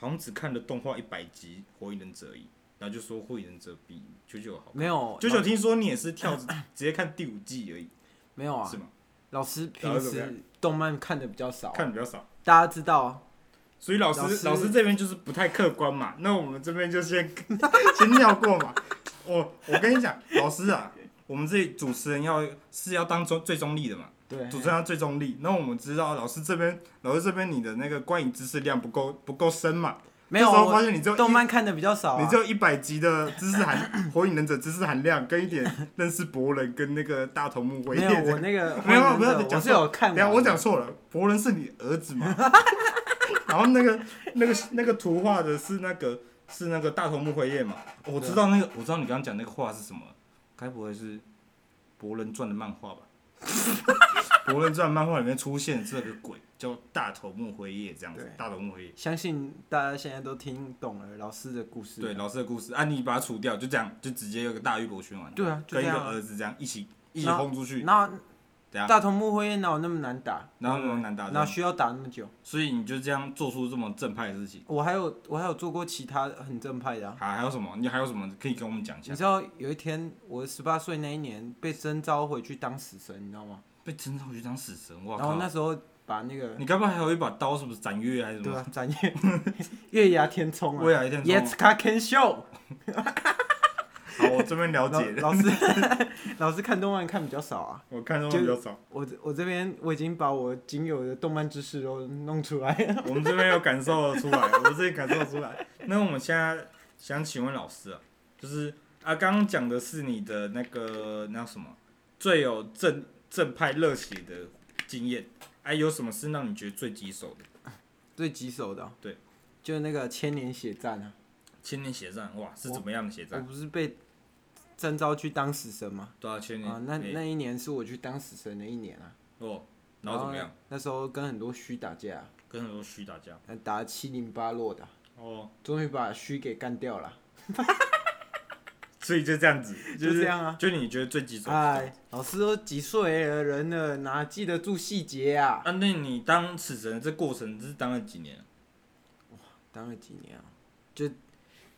[SPEAKER 1] 好像只看了动画一百集《火影忍者》而已，然后就说《火影忍者》比九九好看。
[SPEAKER 2] 没有，
[SPEAKER 1] 九九听说你也是跳着直接看第五季而已，
[SPEAKER 2] 没有啊
[SPEAKER 1] 是，吗？
[SPEAKER 2] 老师
[SPEAKER 1] 老
[SPEAKER 2] 平
[SPEAKER 1] 师怎么
[SPEAKER 2] 时动漫看的比较少啊，
[SPEAKER 1] 看的比较少，
[SPEAKER 2] 大家知道，
[SPEAKER 1] 所以老师
[SPEAKER 2] 老
[SPEAKER 1] 老
[SPEAKER 2] 师
[SPEAKER 1] 师这边就是不太客观嘛。那我们这边就先 先跳过嘛。我我跟你讲，老师啊，我们这主持人要是要当中最中立的嘛。
[SPEAKER 2] 对，
[SPEAKER 1] 主持人要最中立。那我们知道老师这边，老师这边你的那个观影知识量不够不够深嘛？
[SPEAKER 2] 没有，
[SPEAKER 1] 这时候发
[SPEAKER 2] 我
[SPEAKER 1] 现你只有一
[SPEAKER 2] 动漫看的比较少
[SPEAKER 1] 你
[SPEAKER 2] 啊
[SPEAKER 1] 只。有一百集的知识含 火影忍者知识含量，跟一点认识博人跟那个大头目威
[SPEAKER 2] 没有，我
[SPEAKER 1] 廉。
[SPEAKER 2] 那个火
[SPEAKER 1] 没
[SPEAKER 2] 影
[SPEAKER 1] 有
[SPEAKER 2] 忍
[SPEAKER 1] 没有
[SPEAKER 2] 者
[SPEAKER 1] 你讲
[SPEAKER 2] 我是有看
[SPEAKER 1] 等一下
[SPEAKER 2] 完的，
[SPEAKER 1] 我讲错了，博人是你儿子嘛？然后那个那个那个图画的是那个是那个大头目辉夜嘛？我知道那个我知道你刚刚讲那个画是什么，该不会是博人传的漫 画吧？《博人传》漫画里面出现这个鬼叫大头目辉夜，这样子
[SPEAKER 2] 对，
[SPEAKER 1] 大头目辉夜。
[SPEAKER 2] 相信大家现在都听懂了老师的故事。
[SPEAKER 1] 对，老师的故事啊，你把它除掉，就这样，就直接有个大玉螺旋丸，
[SPEAKER 2] 对啊就
[SPEAKER 1] 跟一
[SPEAKER 2] 这
[SPEAKER 1] 个
[SPEAKER 2] 样啊
[SPEAKER 1] 儿子这样一起一起
[SPEAKER 2] 那
[SPEAKER 1] 轰出去，
[SPEAKER 2] 那
[SPEAKER 1] 等下
[SPEAKER 2] 大头目辉哪有那么难打？
[SPEAKER 1] 然后很难打
[SPEAKER 2] 哪
[SPEAKER 1] 的。
[SPEAKER 2] 需要打那么久？
[SPEAKER 1] 所以你就这样做出这么正派的事情。
[SPEAKER 2] 我还有我还有做过其他很正派的啊、
[SPEAKER 1] 好，还有什么？你还有什么可以跟我们讲一下
[SPEAKER 2] 你？知道有一天我十八岁那一年被征召回去当死神，你知道吗？
[SPEAKER 1] 被征召去当死神，我
[SPEAKER 2] 然后
[SPEAKER 1] 靠！
[SPEAKER 2] 那时候把那个
[SPEAKER 1] 你该不会还有一把刀，是不是斩月还是什
[SPEAKER 2] 对
[SPEAKER 1] 么？
[SPEAKER 2] 啊，斩月月牙天冲
[SPEAKER 1] 未
[SPEAKER 2] 啊
[SPEAKER 1] 来一天中，
[SPEAKER 2] ，Yes c a can show。
[SPEAKER 1] 好，我这边了
[SPEAKER 2] 老
[SPEAKER 1] 解了，
[SPEAKER 2] 老师老师 看动漫看比较少啊，
[SPEAKER 1] 我看中比较少。
[SPEAKER 2] 我这我这边我已经把我仅有的动漫知识都弄出来了。
[SPEAKER 1] 我们这边有感受得出来，我自己感受得出来。那我们现在想请问老师啊，就是啊，刚刚讲的是你的那个那什么最有正正派热血的经验，哎、有什么是让你觉得最棘手的？
[SPEAKER 2] 最棘手的哦、
[SPEAKER 1] 对，
[SPEAKER 2] 就是那个千年血战啊，
[SPEAKER 1] 千年血战，哇，是怎么样的血
[SPEAKER 2] 我
[SPEAKER 1] 战？
[SPEAKER 2] 不是被征召去当死神吗？
[SPEAKER 1] 对啊，千年
[SPEAKER 2] 啊，那
[SPEAKER 1] 哎
[SPEAKER 2] 那一年是我去当死神的一年啊。
[SPEAKER 1] 哦，然后怎么样？
[SPEAKER 2] 那时候跟很多虚打架啊、
[SPEAKER 1] 跟很多虚打架
[SPEAKER 2] 呃打得七零八落的啊，
[SPEAKER 1] 哦，
[SPEAKER 2] 终于把虚给干掉了。
[SPEAKER 1] 所以就这样子，
[SPEAKER 2] 就是这样啊
[SPEAKER 1] 就你觉得最棘手的？
[SPEAKER 2] 哎，老师都几岁的人了，哪记得住细节啊？
[SPEAKER 1] 啊，那你当死神的这过程是当了几年？
[SPEAKER 2] 当了几年啊？就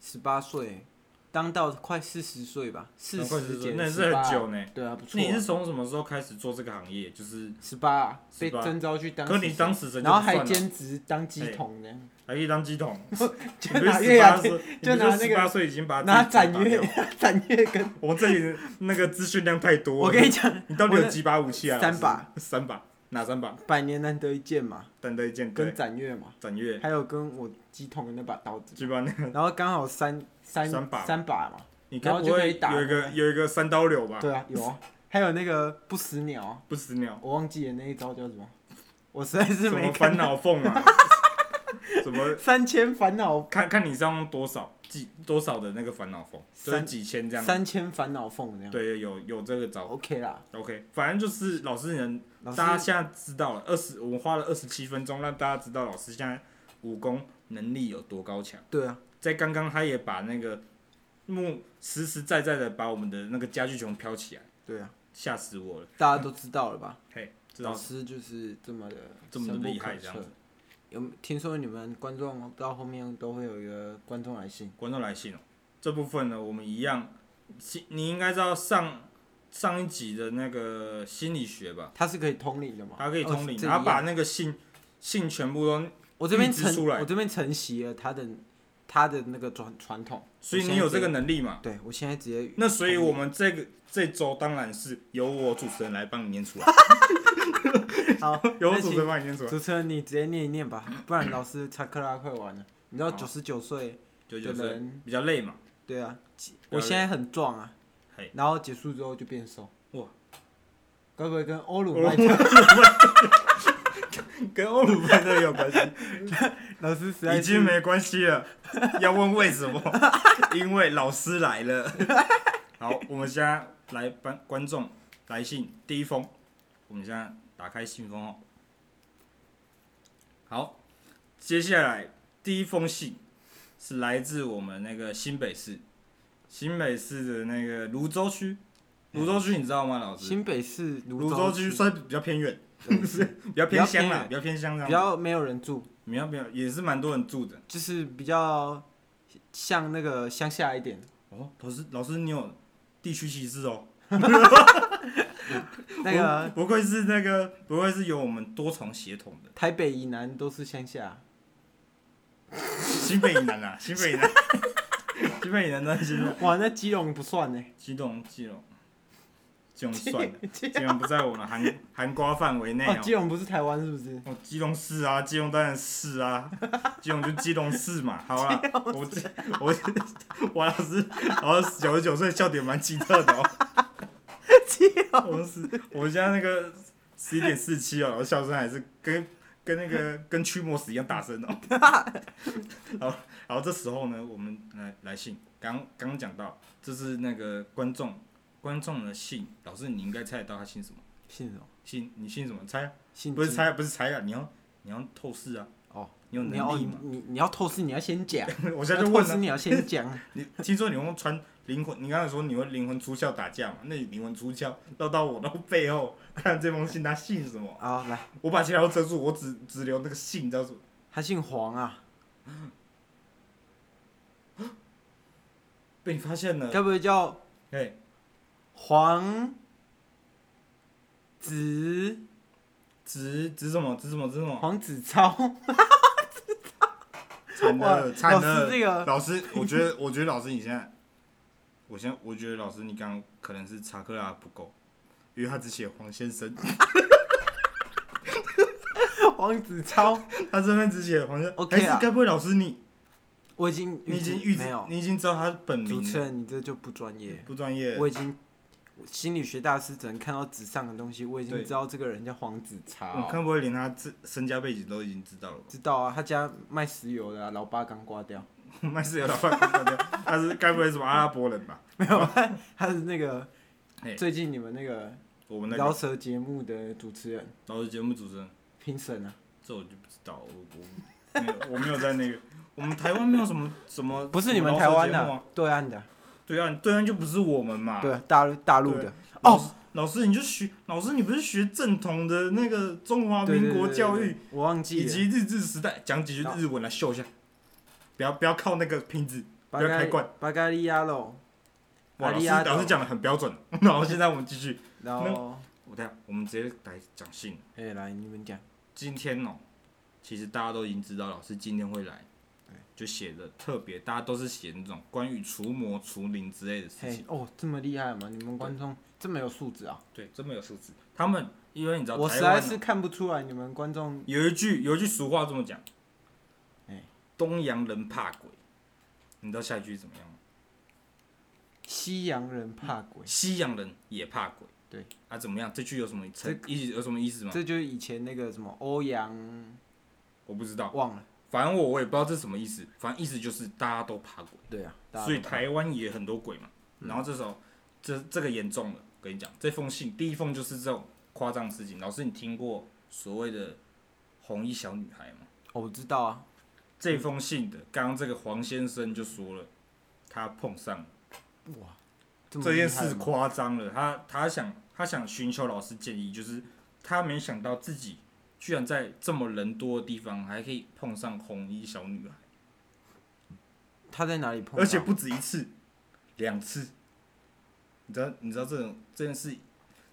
[SPEAKER 2] 十八岁，当到快四十岁吧，四
[SPEAKER 1] 当快
[SPEAKER 2] 十
[SPEAKER 1] 40
[SPEAKER 2] 减
[SPEAKER 1] 那
[SPEAKER 2] 十
[SPEAKER 1] 是
[SPEAKER 2] 八，
[SPEAKER 1] 很久呢
[SPEAKER 2] 对啊，不错、
[SPEAKER 1] 那你是
[SPEAKER 2] 啊。
[SPEAKER 1] 从什么时候开始做这个行业？就是，
[SPEAKER 2] 十八、啊、被
[SPEAKER 1] 18
[SPEAKER 2] 征召去当死
[SPEAKER 1] 可
[SPEAKER 2] 神，
[SPEAKER 1] 你当死神就
[SPEAKER 2] 然后
[SPEAKER 1] 不
[SPEAKER 2] 还
[SPEAKER 1] 算了
[SPEAKER 2] 兼职当鸡桶呢，
[SPEAKER 1] 还可以哎当 鸡桶，
[SPEAKER 2] 就
[SPEAKER 1] 哎你不
[SPEAKER 2] 拿
[SPEAKER 1] 是
[SPEAKER 2] 月
[SPEAKER 1] 十
[SPEAKER 2] 牙
[SPEAKER 1] 八
[SPEAKER 2] 天，
[SPEAKER 1] 岁，
[SPEAKER 2] 就拿那个
[SPEAKER 1] 十八岁已经把
[SPEAKER 2] 拿
[SPEAKER 1] 自己
[SPEAKER 2] 斩
[SPEAKER 1] 打
[SPEAKER 2] 月
[SPEAKER 1] 掉。
[SPEAKER 2] 斩月跟，
[SPEAKER 1] 我这里那个资讯量太多了，
[SPEAKER 2] 我跟你讲，
[SPEAKER 1] 你到底有
[SPEAKER 2] 我
[SPEAKER 1] 几把武器啊？
[SPEAKER 2] 三
[SPEAKER 1] 老师
[SPEAKER 2] 把，
[SPEAKER 1] 三把，哪三把？
[SPEAKER 2] 百年难得一见嘛，
[SPEAKER 1] 单刀剑
[SPEAKER 2] 跟
[SPEAKER 1] 对，
[SPEAKER 2] 斩月嘛，
[SPEAKER 1] 斩月，
[SPEAKER 2] 还有跟我鸡桶的那把刀子，
[SPEAKER 1] 基本上
[SPEAKER 2] 然后刚好三三
[SPEAKER 1] 三把
[SPEAKER 2] 三把嘛，
[SPEAKER 1] 你该
[SPEAKER 2] 然后
[SPEAKER 1] 不
[SPEAKER 2] 就可
[SPEAKER 1] 会
[SPEAKER 2] 以打
[SPEAKER 1] 有一个有一个三刀流吧？
[SPEAKER 2] 对啊，有啊，还有那个不死鸟啊，
[SPEAKER 1] 不死鸟，
[SPEAKER 2] 我忘记了那一招叫什么，我实在是
[SPEAKER 1] 什么
[SPEAKER 2] 没
[SPEAKER 1] 烦
[SPEAKER 2] 看。
[SPEAKER 1] 恼凤啊？ 什么？
[SPEAKER 2] 三千烦恼，
[SPEAKER 1] 看看你是要用多少几多少的那个烦恼凤，就是
[SPEAKER 2] 三
[SPEAKER 1] 几千这样。
[SPEAKER 2] 三千烦恼凤那样。
[SPEAKER 1] 对，有有这个招。
[SPEAKER 2] ，OK 啦，
[SPEAKER 1] OK，反正就是老师人
[SPEAKER 2] 老
[SPEAKER 1] 大家
[SPEAKER 2] 师
[SPEAKER 1] 现在知道了，二十我们花了二十七分钟让大家知道老师现在武功能力有多高强。
[SPEAKER 2] 对啊，
[SPEAKER 1] 在刚刚他也把那个木实实在在的把我们的那个家具熊飘起来，
[SPEAKER 2] 对啊，
[SPEAKER 1] 吓死我了！
[SPEAKER 2] 大家都知道了吧？
[SPEAKER 1] 嘿，知
[SPEAKER 2] 老
[SPEAKER 1] 道
[SPEAKER 2] 师就是这么的
[SPEAKER 1] 这么的
[SPEAKER 2] 深不
[SPEAKER 1] 厉害
[SPEAKER 2] 可
[SPEAKER 1] 这样
[SPEAKER 2] 测
[SPEAKER 1] 子。
[SPEAKER 2] 有听说你们观众到后面都会有一个观众来信，
[SPEAKER 1] 观众来信哦、这部分呢，我们一样，心你应该知道上上一集的那个心理学吧，
[SPEAKER 2] 他是可以通灵的嘛？
[SPEAKER 1] 他可以
[SPEAKER 2] 哦
[SPEAKER 1] 通灵，
[SPEAKER 2] 这
[SPEAKER 1] 他
[SPEAKER 2] 一
[SPEAKER 1] 把
[SPEAKER 2] 样
[SPEAKER 1] 那个信信全部都，
[SPEAKER 2] 我这边
[SPEAKER 1] 预知
[SPEAKER 2] 承
[SPEAKER 1] 出来
[SPEAKER 2] 我这边承袭了他的他的那个传传统，
[SPEAKER 1] 所以
[SPEAKER 2] 我现
[SPEAKER 1] 你
[SPEAKER 2] 在
[SPEAKER 1] 有
[SPEAKER 2] 直
[SPEAKER 1] 这个
[SPEAKER 2] 接，
[SPEAKER 1] 能力嘛？
[SPEAKER 2] 对我现在直接
[SPEAKER 1] 那所以我们这个这周当然是由我主持人来帮你念 出来，
[SPEAKER 2] 好，
[SPEAKER 1] 由我
[SPEAKER 2] 那
[SPEAKER 1] 主持
[SPEAKER 2] 请
[SPEAKER 1] 人帮你念出来。
[SPEAKER 2] 主持人，你直接念一 念吧，不然老师查克拉快完了。你知道
[SPEAKER 1] 好
[SPEAKER 2] 九十九岁，
[SPEAKER 1] 九九
[SPEAKER 2] 的
[SPEAKER 1] 岁
[SPEAKER 2] 人
[SPEAKER 1] 比较累嘛，
[SPEAKER 2] 对啊，
[SPEAKER 1] 对
[SPEAKER 2] 我现在很壮啊
[SPEAKER 1] 嘿，
[SPEAKER 2] 然后结束之后就变瘦。
[SPEAKER 1] 哇，
[SPEAKER 2] 该不会跟欧鲁
[SPEAKER 1] 欧鲁
[SPEAKER 2] 麦特
[SPEAKER 1] 跟欧鲁班的有关系，
[SPEAKER 2] 老师实在
[SPEAKER 1] 已经
[SPEAKER 2] 是
[SPEAKER 1] 没关系了。要问为什么？因为老师来了。 好，我们现在来帮观众来信第一封，我们现在打开信封哦。好，接下来第一封信是来自我们那个新北市，新北市的那个泸州区，泸州区你知道吗，老师？
[SPEAKER 2] 新北市泸
[SPEAKER 1] 泸州区算比较偏远， 比较偏乡啦，比较偏乡啦，
[SPEAKER 2] 比较没有人住，
[SPEAKER 1] 比较比较也是蛮多人住的。
[SPEAKER 2] 就是比较像那个乡下一点。
[SPEAKER 1] 哦，老师，老师你有地区歧视哦。
[SPEAKER 2] 那个
[SPEAKER 1] 不不愧是那个，不愧是有我们多重协同的。
[SPEAKER 2] 台北以南都是乡下，
[SPEAKER 1] 新北以南啊， 新北以南，新北以南那些
[SPEAKER 2] 哇，那基隆不算呢。
[SPEAKER 1] 激动激动，基隆算了，基隆不在我们含含瓜范围内
[SPEAKER 2] 哦，
[SPEAKER 1] 哦。
[SPEAKER 2] 基隆不是台湾是不是？
[SPEAKER 1] 哦，基隆市啊，基隆当然是啊，基隆就基隆市嘛，好啦，我这我王老师，老师九十九岁笑点蛮奇特的哦。我们是，我们现在那个十一点四七哦，然后笑声还是跟跟那个跟驱魔使一样大声哦。好，然后这时候呢，我们来来信，刚刚刚讲到，这是那个观众观众的信，老师你应该猜得到他姓什么？
[SPEAKER 2] 姓什么？
[SPEAKER 1] 姓你姓什么？猜啊，
[SPEAKER 2] 姓
[SPEAKER 1] 不是
[SPEAKER 2] 金
[SPEAKER 1] 猜啊，不是猜啊，你要你要透视啊，
[SPEAKER 2] 哦。
[SPEAKER 1] 你有
[SPEAKER 2] 你要
[SPEAKER 1] 能力
[SPEAKER 2] 你
[SPEAKER 1] 吗？
[SPEAKER 2] 你你要透视，你要先讲。
[SPEAKER 1] 我
[SPEAKER 2] 我
[SPEAKER 1] 现在就
[SPEAKER 2] 透
[SPEAKER 1] 问
[SPEAKER 2] 视，
[SPEAKER 1] 了，
[SPEAKER 2] 你要先讲。
[SPEAKER 1] 你听说你用穿灵魂，你刚才说你会灵魂出窍打架嘛？那你灵魂出窍绕到我的背后，看这封信他姓什么？
[SPEAKER 2] 好，来，
[SPEAKER 1] 我把其他都遮住，我只只留那个姓，你知道什么？
[SPEAKER 2] 他姓黄啊，
[SPEAKER 1] 被你发现了，
[SPEAKER 2] 该不会叫
[SPEAKER 1] 哎，
[SPEAKER 2] 黄子
[SPEAKER 1] 指指什么？指什么？指什么？
[SPEAKER 2] 黄子超？
[SPEAKER 1] 惨了，
[SPEAKER 2] 哇
[SPEAKER 1] 惨
[SPEAKER 2] 老
[SPEAKER 1] 了！
[SPEAKER 2] 师这个
[SPEAKER 1] 老师，我觉得，我觉得老师你现在，我现在我觉得老师你刚刚可能是查克拉不够，因为他只写黄先生，
[SPEAKER 2] 黄子超，
[SPEAKER 1] 他这边只写黄先生。
[SPEAKER 2] OK
[SPEAKER 1] 还是
[SPEAKER 2] 啊
[SPEAKER 1] 该不会老师你
[SPEAKER 2] 我已经
[SPEAKER 1] 你已经预知
[SPEAKER 2] 没有
[SPEAKER 1] 你已经知道他本名
[SPEAKER 2] 主持
[SPEAKER 1] 了，
[SPEAKER 2] 人，你这就不专业。
[SPEAKER 1] 不专业
[SPEAKER 2] 我。已经心理学大师只能看到纸上的东西，我已经
[SPEAKER 1] 对
[SPEAKER 2] 知道这个人叫黄子超。
[SPEAKER 1] 我看不会连他这身家背景都已经知道了吧？
[SPEAKER 2] 知道啊，他家卖石油的、啊，老爸刚挂掉，
[SPEAKER 1] 麦斯有老板，他是该不会是什么阿拉伯人吧？
[SPEAKER 2] 没有，他是那个
[SPEAKER 1] 嘿
[SPEAKER 2] 最近你们那个
[SPEAKER 1] 我们那
[SPEAKER 2] 饶
[SPEAKER 1] 个
[SPEAKER 2] 舌节目的主持人
[SPEAKER 1] 老师节目主持人。
[SPEAKER 2] 评审啊，
[SPEAKER 1] 这我就不知道，我我没有我没有在那个，我们台湾没有什么什么，
[SPEAKER 2] 不是你
[SPEAKER 1] 什么
[SPEAKER 2] 们
[SPEAKER 1] 饶
[SPEAKER 2] 台
[SPEAKER 1] 舌
[SPEAKER 2] 湾
[SPEAKER 1] 节
[SPEAKER 2] 的、
[SPEAKER 1] 目啊，
[SPEAKER 2] 对岸的，
[SPEAKER 1] 对啊，对啊，就不是我们嘛。
[SPEAKER 2] 对哦大陆大陆
[SPEAKER 1] 对
[SPEAKER 2] 的，
[SPEAKER 1] 老师，老师你就学，老师你不是学正统的那个中华
[SPEAKER 2] 对
[SPEAKER 1] 民国教，
[SPEAKER 2] 对对
[SPEAKER 1] 育
[SPEAKER 2] 对对我忘记
[SPEAKER 1] 以
[SPEAKER 2] 了，
[SPEAKER 1] 及日治时代，讲几句
[SPEAKER 2] 好
[SPEAKER 1] 日文来秀一下，不要不要靠那个拼字，
[SPEAKER 2] 巴
[SPEAKER 1] 不要开
[SPEAKER 2] 嘎
[SPEAKER 1] 罐。
[SPEAKER 2] 巴嘎利亚喽，
[SPEAKER 1] 哇，老师
[SPEAKER 2] 阿里阿斗
[SPEAKER 1] 老师讲的很标准， 然后现在我们继续，
[SPEAKER 2] 然后
[SPEAKER 1] 我等一下我们直接来讲信。
[SPEAKER 2] 哎、来你们讲，
[SPEAKER 1] 今天哦，其实大家都已经知道老师今天会来
[SPEAKER 2] 对，
[SPEAKER 1] 就写的特别，大家都是写那种关于除魔、除灵之类的事
[SPEAKER 2] 嘿
[SPEAKER 1] 情。
[SPEAKER 2] 哦这么厉害吗？你们观众这么有素质啊，
[SPEAKER 1] 对，这么有素质。他们因为你知道
[SPEAKER 2] 我
[SPEAKER 1] 台
[SPEAKER 2] 实在
[SPEAKER 1] 湾
[SPEAKER 2] 是
[SPEAKER 1] 哦
[SPEAKER 2] 看不出来你们观众
[SPEAKER 1] 有一句有一句俗话这么讲
[SPEAKER 2] 哎，
[SPEAKER 1] 东洋人怕鬼。你知道下一句是怎么样吗？
[SPEAKER 2] 西洋人怕鬼，
[SPEAKER 1] 西洋人也怕鬼。
[SPEAKER 2] 对
[SPEAKER 1] 啊，怎么样？这句有什么
[SPEAKER 2] 这
[SPEAKER 1] 成意有什么意思吗？
[SPEAKER 2] 这就是以前那个什么欧阳
[SPEAKER 1] 我不知道，
[SPEAKER 2] 忘了，
[SPEAKER 1] 反正我我也不知道这是什么意思。反正意思就是大家都怕鬼。
[SPEAKER 2] 对啊，大家
[SPEAKER 1] 所以
[SPEAKER 2] 都怕
[SPEAKER 1] 台湾也很多鬼嘛。然后这时候，这这个严重了，跟你讲，这封信第一封就是这种夸张的事情。老师，你听过所谓的红衣小女孩吗？
[SPEAKER 2] 哦我知道啊，
[SPEAKER 1] 这封信的，刚刚这个黄先生就说了，他碰上了
[SPEAKER 2] 这么
[SPEAKER 1] 这件
[SPEAKER 2] 厉害
[SPEAKER 1] 事
[SPEAKER 2] 吗
[SPEAKER 1] 夸张了，他他想他想寻求老师建议，就是他没想到自己居然在这么人多的地方还可以碰上红衣小女孩，
[SPEAKER 2] 他在哪里碰到？
[SPEAKER 1] 而且不止一次，两次。你知道，你知道这种这件事，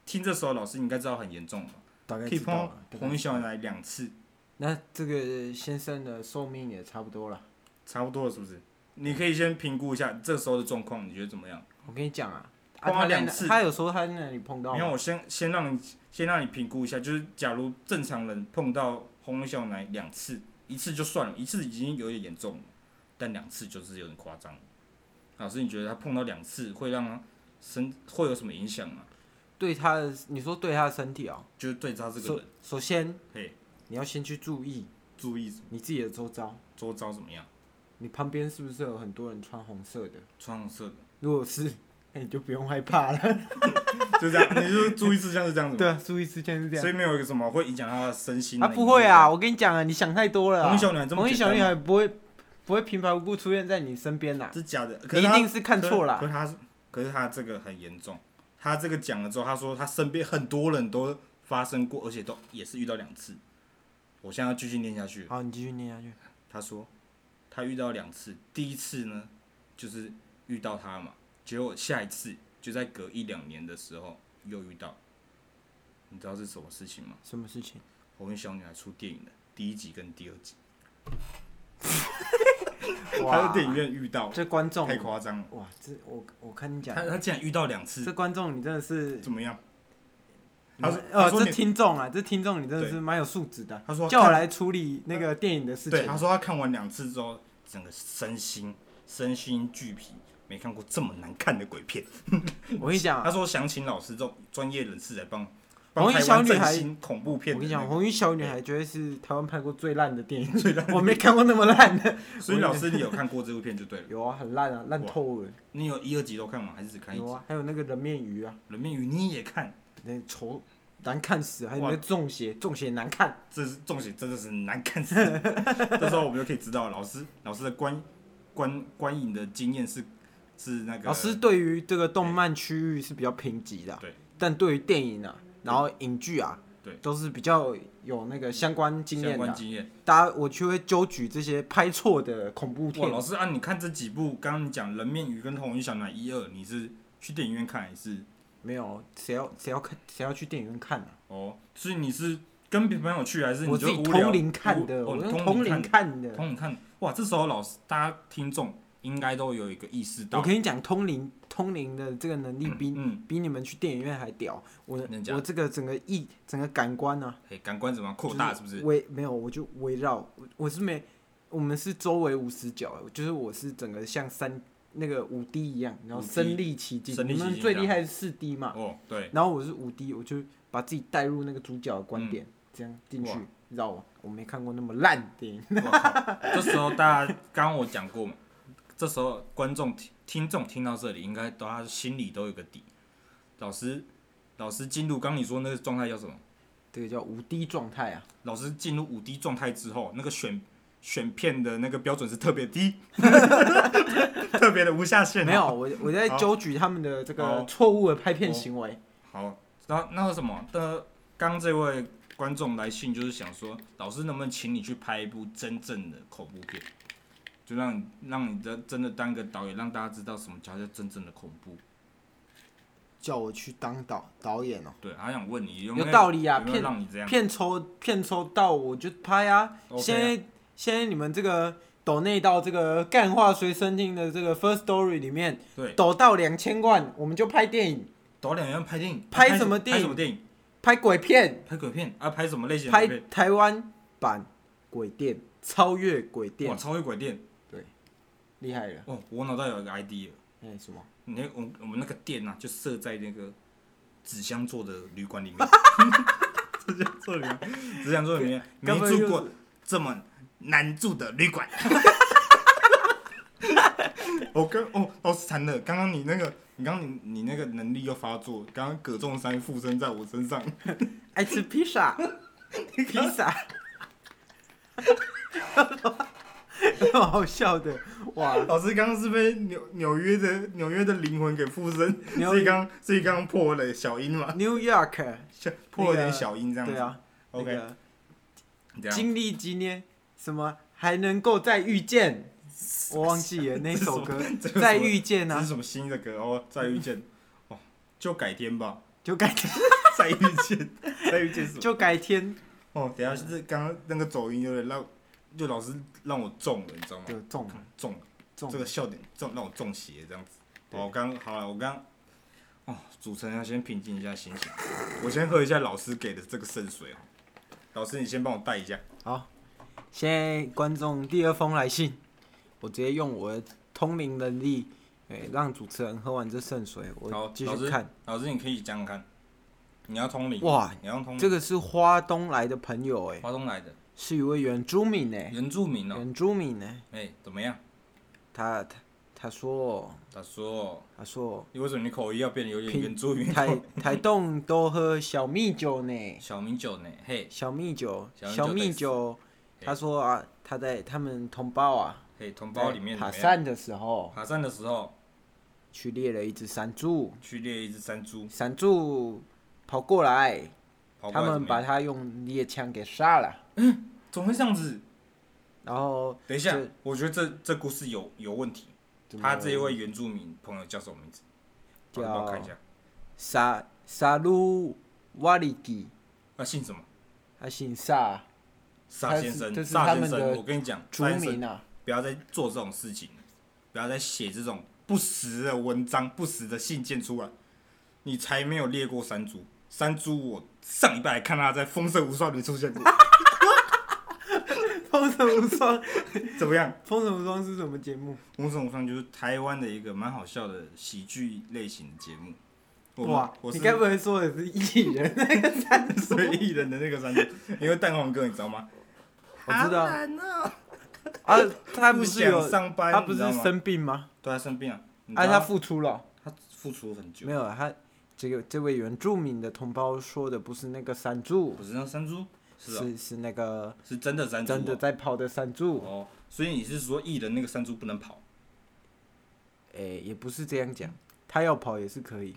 [SPEAKER 1] 听这时候老师你应该知道很严重吧？
[SPEAKER 2] 大概
[SPEAKER 1] 可以
[SPEAKER 2] 知
[SPEAKER 1] 碰
[SPEAKER 2] 道
[SPEAKER 1] 到
[SPEAKER 2] 了。大啊概
[SPEAKER 1] 红衣小女孩两次，
[SPEAKER 2] 那这个先生的寿命也差不多了。
[SPEAKER 1] 差不多了是不是？你可以先评估一下这时候的状况，你觉得怎么样？
[SPEAKER 2] 我跟你讲啊，啊
[SPEAKER 1] 碰到
[SPEAKER 2] 他在
[SPEAKER 1] 两
[SPEAKER 2] 哪
[SPEAKER 1] 次
[SPEAKER 2] 他有说他在那里碰到
[SPEAKER 1] 你看，
[SPEAKER 2] 吗？
[SPEAKER 1] 我先先让你先让你评估一下，就是假如正常人碰到红衣小女孩两次，一次就算了，一次已经有点严重了，但两次就是有点夸张了。老师，你觉得他碰到两次会让他身会有什么影响吗？
[SPEAKER 2] 对他的，你说对他的身体哦、
[SPEAKER 1] 就是对他这个
[SPEAKER 2] 首
[SPEAKER 1] 人，
[SPEAKER 2] 首先
[SPEAKER 1] 嘿，
[SPEAKER 2] 你要先去注意
[SPEAKER 1] 注意
[SPEAKER 2] 你自己的周遭，
[SPEAKER 1] 周遭怎么样。
[SPEAKER 2] 你旁边是不是有很多人穿红色的？
[SPEAKER 1] 穿红色的，
[SPEAKER 2] 如果是，那你就不用害怕了。
[SPEAKER 1] 就这样，你就是注意事项是这样子吗，
[SPEAKER 2] 对啊，注意事项是这
[SPEAKER 1] 所
[SPEAKER 2] 样。
[SPEAKER 1] 以没有一个什么会影响他的身心
[SPEAKER 2] 啊，
[SPEAKER 1] 的
[SPEAKER 2] 不会啊，，我跟你讲啊，你想太多了啊。
[SPEAKER 1] 红衣小女孩这么
[SPEAKER 2] 红衣
[SPEAKER 1] 简单
[SPEAKER 2] 小女
[SPEAKER 1] 吗
[SPEAKER 2] 孩不会不会平白无故出现在你身边呐、
[SPEAKER 1] 是假的，可是
[SPEAKER 2] 你一
[SPEAKER 1] 他
[SPEAKER 2] 定是看错啊
[SPEAKER 1] 可是
[SPEAKER 2] 啦。
[SPEAKER 1] 他是，可是他这个很严重。他这个讲了之后，他说他身边很多人都发生过，而且都也是遇到两次。我现在要继续念下去了。
[SPEAKER 2] 好，你继续念下去。
[SPEAKER 1] 他说他遇到两次，第一次呢就是遇到他嘛，结果下一次就在隔一两年的时候又遇到。你知道是什么事情吗？
[SPEAKER 2] 什么事情？
[SPEAKER 1] 我跟小女孩出电影的第一集跟第二集，他
[SPEAKER 2] 哇
[SPEAKER 1] 在电影院遇到，
[SPEAKER 2] 这观众
[SPEAKER 1] 太夸张了。
[SPEAKER 2] 哇，这我我看你讲
[SPEAKER 1] 他，他竟然遇到两次
[SPEAKER 2] 这，观众你真的是，
[SPEAKER 1] 怎么样？
[SPEAKER 2] 你
[SPEAKER 1] 他说
[SPEAKER 2] 们：“
[SPEAKER 1] 他
[SPEAKER 2] 哦，
[SPEAKER 1] 说
[SPEAKER 2] 这
[SPEAKER 1] 你
[SPEAKER 2] 听众啊，这听众你真的
[SPEAKER 1] 对哦
[SPEAKER 2] 是蛮有素质的。”啊
[SPEAKER 1] 他说
[SPEAKER 2] 叫我
[SPEAKER 1] 看
[SPEAKER 2] 来处理那个电影的事
[SPEAKER 1] 对，
[SPEAKER 2] 情
[SPEAKER 1] 他，说他看完两次之后，整个身心身心俱疲，没看过这么难看的鬼片。
[SPEAKER 2] 我跟你讲啊
[SPEAKER 1] 他，说想请老师这种专业人士来帮
[SPEAKER 2] 红
[SPEAKER 1] 帮
[SPEAKER 2] 衣
[SPEAKER 1] 台
[SPEAKER 2] 小
[SPEAKER 1] 湾
[SPEAKER 2] 女
[SPEAKER 1] 振
[SPEAKER 2] 孩
[SPEAKER 1] 兴恐怖片
[SPEAKER 2] 我
[SPEAKER 1] 的
[SPEAKER 2] 跟你
[SPEAKER 1] 那
[SPEAKER 2] 讲，《啊
[SPEAKER 1] 个。
[SPEAKER 2] 红衣小女孩》绝对是台湾拍过最烂的电影，我没看过那么烂的。
[SPEAKER 1] 所以老师，你有看过这部片就对 了。
[SPEAKER 2] 有啊，很烂啊，烂透了。
[SPEAKER 1] 你有一、二集都看吗？还是只看一集？
[SPEAKER 2] 有
[SPEAKER 1] 《
[SPEAKER 2] 啊，还有那个人面鱼啊，
[SPEAKER 1] 人面鱼》你也看，
[SPEAKER 2] 那丑难看死了，啊还有那
[SPEAKER 1] 哇
[SPEAKER 2] 个中邪，中邪难看。
[SPEAKER 1] 这是重点，真的是难看 死了。这时候我们就可以知道，老师老师的观观观影的经验是是那个
[SPEAKER 2] 老师对于这个动漫区域是比较贫瘠的，
[SPEAKER 1] 对，
[SPEAKER 2] 但对于电影啊，然后影剧啊，
[SPEAKER 1] 对
[SPEAKER 2] 都是比较有那个相关经
[SPEAKER 1] 相
[SPEAKER 2] 验的
[SPEAKER 1] 关
[SPEAKER 2] 啊。
[SPEAKER 1] 经验。
[SPEAKER 2] 大家我就会揪举这些拍错的恐怖
[SPEAKER 1] 哇，
[SPEAKER 2] 片
[SPEAKER 1] 老，师啊，你看这几部，刚刚你讲《人面鱼》跟《红衣小女孩》一二，你是去电影院看还是？
[SPEAKER 2] 没有谁要谁要看谁要去电影院看啊？
[SPEAKER 1] 哦，所以你是跟朋友去还是你
[SPEAKER 2] 我自
[SPEAKER 1] 就
[SPEAKER 2] 己
[SPEAKER 1] 无聊
[SPEAKER 2] 通灵看的，
[SPEAKER 1] 无
[SPEAKER 2] 我
[SPEAKER 1] 哦，你
[SPEAKER 2] 用
[SPEAKER 1] 通
[SPEAKER 2] 通灵
[SPEAKER 1] 看
[SPEAKER 2] 看的。
[SPEAKER 1] 通灵看。哇，这时候老师，大家听众应该都有一个意识
[SPEAKER 2] 我
[SPEAKER 1] 到，
[SPEAKER 2] 跟你讲，通灵通灵的这个能力比、
[SPEAKER 1] 嗯，
[SPEAKER 2] 比你们去电影院还屌。我
[SPEAKER 1] 真的假的
[SPEAKER 2] 我这个整个意整个感官呢、
[SPEAKER 1] 哎，感官怎么样
[SPEAKER 2] 就
[SPEAKER 1] 扩大？是不是？
[SPEAKER 2] 围没有，我就围绕，我我是没，我们是周围无死角，就是我是整个像三那个五 D 一样，然后
[SPEAKER 1] 五 D
[SPEAKER 2] 身临其境。
[SPEAKER 1] 身
[SPEAKER 2] 你
[SPEAKER 1] 临其
[SPEAKER 2] 们
[SPEAKER 1] 境
[SPEAKER 2] 最
[SPEAKER 1] 这
[SPEAKER 2] 厉
[SPEAKER 1] 样
[SPEAKER 2] 害是四 D 嘛，
[SPEAKER 1] 哦，对，
[SPEAKER 2] 然后我是五 D，我就把自己带入那个主角的观点，这样进去
[SPEAKER 1] 哇，
[SPEAKER 2] 你知道吗？我没看过那么烂的电影。
[SPEAKER 1] 我靠，这时候大家刚刚我讲过嘛，这时候观众听听众听到这里，应该都他心里都有个底。老师，老师进入刚你说那个状态叫什么？
[SPEAKER 2] 这个叫五 D 状态啊，
[SPEAKER 1] 老师进入五 D 状态之后，那个选选片的那个标准是特别低， 特别的无下限、 啊
[SPEAKER 2] 没有，，我我在
[SPEAKER 1] 好
[SPEAKER 2] 纠举他们的这个
[SPEAKER 1] 好
[SPEAKER 2] 错误的拍片行为。
[SPEAKER 1] 好，那那个什么的，刚这位观众来信就是想说，老师能不能请你去拍一部真正的恐怖片，就让你让你的真的当个导演，让大家知道什么叫做真正的恐怖。
[SPEAKER 2] 叫我去当导导演哦、
[SPEAKER 1] 对，他想问你有没有
[SPEAKER 2] 有道理啊
[SPEAKER 1] 有没有
[SPEAKER 2] 骗
[SPEAKER 1] 让你这样？
[SPEAKER 2] 片抽片抽到我就拍啊。
[SPEAKER 1] OK 啊
[SPEAKER 2] 现在现在你们这个抖内到这个干话随身听的这个 First Story 里面，
[SPEAKER 1] 对，
[SPEAKER 2] 抖到两千万，我们就拍电影，
[SPEAKER 1] 导演要拍电影，
[SPEAKER 2] 拍
[SPEAKER 1] 啊
[SPEAKER 2] 什么
[SPEAKER 1] 拍
[SPEAKER 2] 电
[SPEAKER 1] 什
[SPEAKER 2] 影
[SPEAKER 1] 么电影？
[SPEAKER 2] 拍鬼片，
[SPEAKER 1] 拍鬼片啊？拍什么类型的
[SPEAKER 2] 拍
[SPEAKER 1] 鬼片？
[SPEAKER 2] 台湾版鬼店，超越鬼
[SPEAKER 1] 哇，
[SPEAKER 2] 店，
[SPEAKER 1] 超越鬼店！
[SPEAKER 2] 厉害了。
[SPEAKER 1] 哦，我脑袋有一个 idea。
[SPEAKER 2] 哎、什么？
[SPEAKER 1] 你那我们我们那个店啊，就设在那个纸箱做的旅馆里 面，纸箱做里面，纸箱做里面没
[SPEAKER 2] 根本
[SPEAKER 1] 住
[SPEAKER 2] 就
[SPEAKER 1] 过
[SPEAKER 2] 是
[SPEAKER 1] 这么难住的旅 馆。我跟哦哦惨了，刚刚你那个，你刚刚你你那个能力又发作，刚刚葛仲山附身在我身 上，
[SPEAKER 2] 爱哎吃 披萨，披萨。 有什么好笑的？哇！
[SPEAKER 1] 老师刚刚是被纽纽约的纽约的灵魂给附身，
[SPEAKER 2] 纽
[SPEAKER 1] 所以刚所以刚刚破了小音嘛，
[SPEAKER 2] New York，
[SPEAKER 1] 小破了
[SPEAKER 2] 那
[SPEAKER 1] 点
[SPEAKER 2] 个
[SPEAKER 1] 小音这样子。
[SPEAKER 2] 对啊，那
[SPEAKER 1] OK，
[SPEAKER 2] 个
[SPEAKER 1] 这样
[SPEAKER 2] 经历几年，什么还能够再遇见，我忘记了那首歌
[SPEAKER 1] 这是什
[SPEAKER 2] 《
[SPEAKER 1] 么
[SPEAKER 2] 再遇见》
[SPEAKER 1] 这是
[SPEAKER 2] 啊，
[SPEAKER 1] 什么新的歌哦？再遇见， 哦，就改天吧。
[SPEAKER 2] 就改天，
[SPEAKER 1] 再遇见， 再遇见什么？
[SPEAKER 2] 就改天，
[SPEAKER 1] 哦，等一下是刚刚那个走音有点让，就老师让我中了，你知道吗？
[SPEAKER 2] 就中
[SPEAKER 1] 中
[SPEAKER 2] 中
[SPEAKER 1] 这个笑点中让我中邪这样子。
[SPEAKER 2] 对
[SPEAKER 1] 哦，我刚好了，我刚哦，主持人要先平静一下心情，我先喝一下老师给的这个圣水哦。老师，你先帮我带一下。
[SPEAKER 2] 好，现在观众第二封来信，我直接用我的通灵能力，哎、让主持人喝完这圣水，
[SPEAKER 1] 好
[SPEAKER 2] 我继
[SPEAKER 1] 老
[SPEAKER 2] 续
[SPEAKER 1] 师
[SPEAKER 2] 看。
[SPEAKER 1] 老师，你可以讲讲看，你要通灵
[SPEAKER 2] 哇，
[SPEAKER 1] 你要通灵
[SPEAKER 2] 这个是花东来的朋友、哎，
[SPEAKER 1] 华东来的
[SPEAKER 2] 是一位原住民、哎，
[SPEAKER 1] 原住民哦，
[SPEAKER 2] 原住民呢、
[SPEAKER 1] 哎，怎么样？
[SPEAKER 2] 他他他说，
[SPEAKER 1] 他说。
[SPEAKER 2] 他说。
[SPEAKER 1] 你为什么你口音要变得有点
[SPEAKER 2] 拼
[SPEAKER 1] 原住民口
[SPEAKER 2] 台台东都喝小米酒呢，
[SPEAKER 1] 小米酒呢？嘿，
[SPEAKER 2] 小米酒，
[SPEAKER 1] 小米酒
[SPEAKER 2] 小米酒。他说啊，他在他们同胞啊，
[SPEAKER 1] 嘿，同胞里面
[SPEAKER 2] 在爬
[SPEAKER 1] 怎么样
[SPEAKER 2] 山的时候
[SPEAKER 1] 爬山的时候
[SPEAKER 2] 去猎了一只山猪，
[SPEAKER 1] 去猎一只山猪，
[SPEAKER 2] 山猪跑过来，
[SPEAKER 1] 跑过
[SPEAKER 2] 他
[SPEAKER 1] 来怎
[SPEAKER 2] 们
[SPEAKER 1] 么样
[SPEAKER 2] 把他用猎枪给杀了，
[SPEAKER 1] 怎么会这样子？
[SPEAKER 2] 然后
[SPEAKER 1] 等一下
[SPEAKER 2] 这，
[SPEAKER 1] 我觉得这这故事有有问题。
[SPEAKER 2] 怎么
[SPEAKER 1] 他这一位原住民朋友叫什么名字？
[SPEAKER 2] 叫
[SPEAKER 1] 帮我看一下，
[SPEAKER 2] 杀杀鲁瓦里基，
[SPEAKER 1] 他啊姓什么？
[SPEAKER 2] 他姓萨，
[SPEAKER 1] 萨
[SPEAKER 2] 他是
[SPEAKER 1] 先生，
[SPEAKER 2] 这是
[SPEAKER 1] 萨
[SPEAKER 2] 他
[SPEAKER 1] 先
[SPEAKER 2] 们的
[SPEAKER 1] 生，我跟你讲，
[SPEAKER 2] 族
[SPEAKER 1] 萨先生
[SPEAKER 2] 名 啊，
[SPEAKER 1] 不要再做这种事情了，不要再写这种不实的文章、不实的信件出来。你才没有猎过山猪，山猪我上礼拜还看他在《风色无双》里出现过，
[SPEAKER 2] 风神无双，
[SPEAKER 1] 怎么样？
[SPEAKER 2] 风神无双是什么节目？
[SPEAKER 1] 《风色无双》就是台湾的一个蛮好笑的喜剧类型的节目。我
[SPEAKER 2] 哇
[SPEAKER 1] 我，是
[SPEAKER 2] 你该不会说的是艺人那个山猪？
[SPEAKER 1] 所以艺人的那个山猪，因为蛋黄哥你知道吗？
[SPEAKER 2] 我知道
[SPEAKER 1] 好难哦
[SPEAKER 2] 啊，他
[SPEAKER 1] 不
[SPEAKER 2] 不是
[SPEAKER 1] 想
[SPEAKER 2] 有
[SPEAKER 1] 上班，
[SPEAKER 2] 他不
[SPEAKER 1] 你知道
[SPEAKER 2] 是
[SPEAKER 1] 吗
[SPEAKER 2] 生病吗？
[SPEAKER 1] 对他生病了，你知
[SPEAKER 2] 啊，
[SPEAKER 1] 道
[SPEAKER 2] 他付出了，
[SPEAKER 1] 他付出很久
[SPEAKER 2] 没，有他这个这位原住民的同胞说的不是那个山猪，
[SPEAKER 1] 不是那山猪，是啊
[SPEAKER 2] 是是那个
[SPEAKER 1] 是真的山猪哦，
[SPEAKER 2] 真的在跑的山猪。
[SPEAKER 1] 哦，所以你是说艺人那个山猪不能 跑？
[SPEAKER 2] 诶，也不是这样讲，他要跑也是可 以，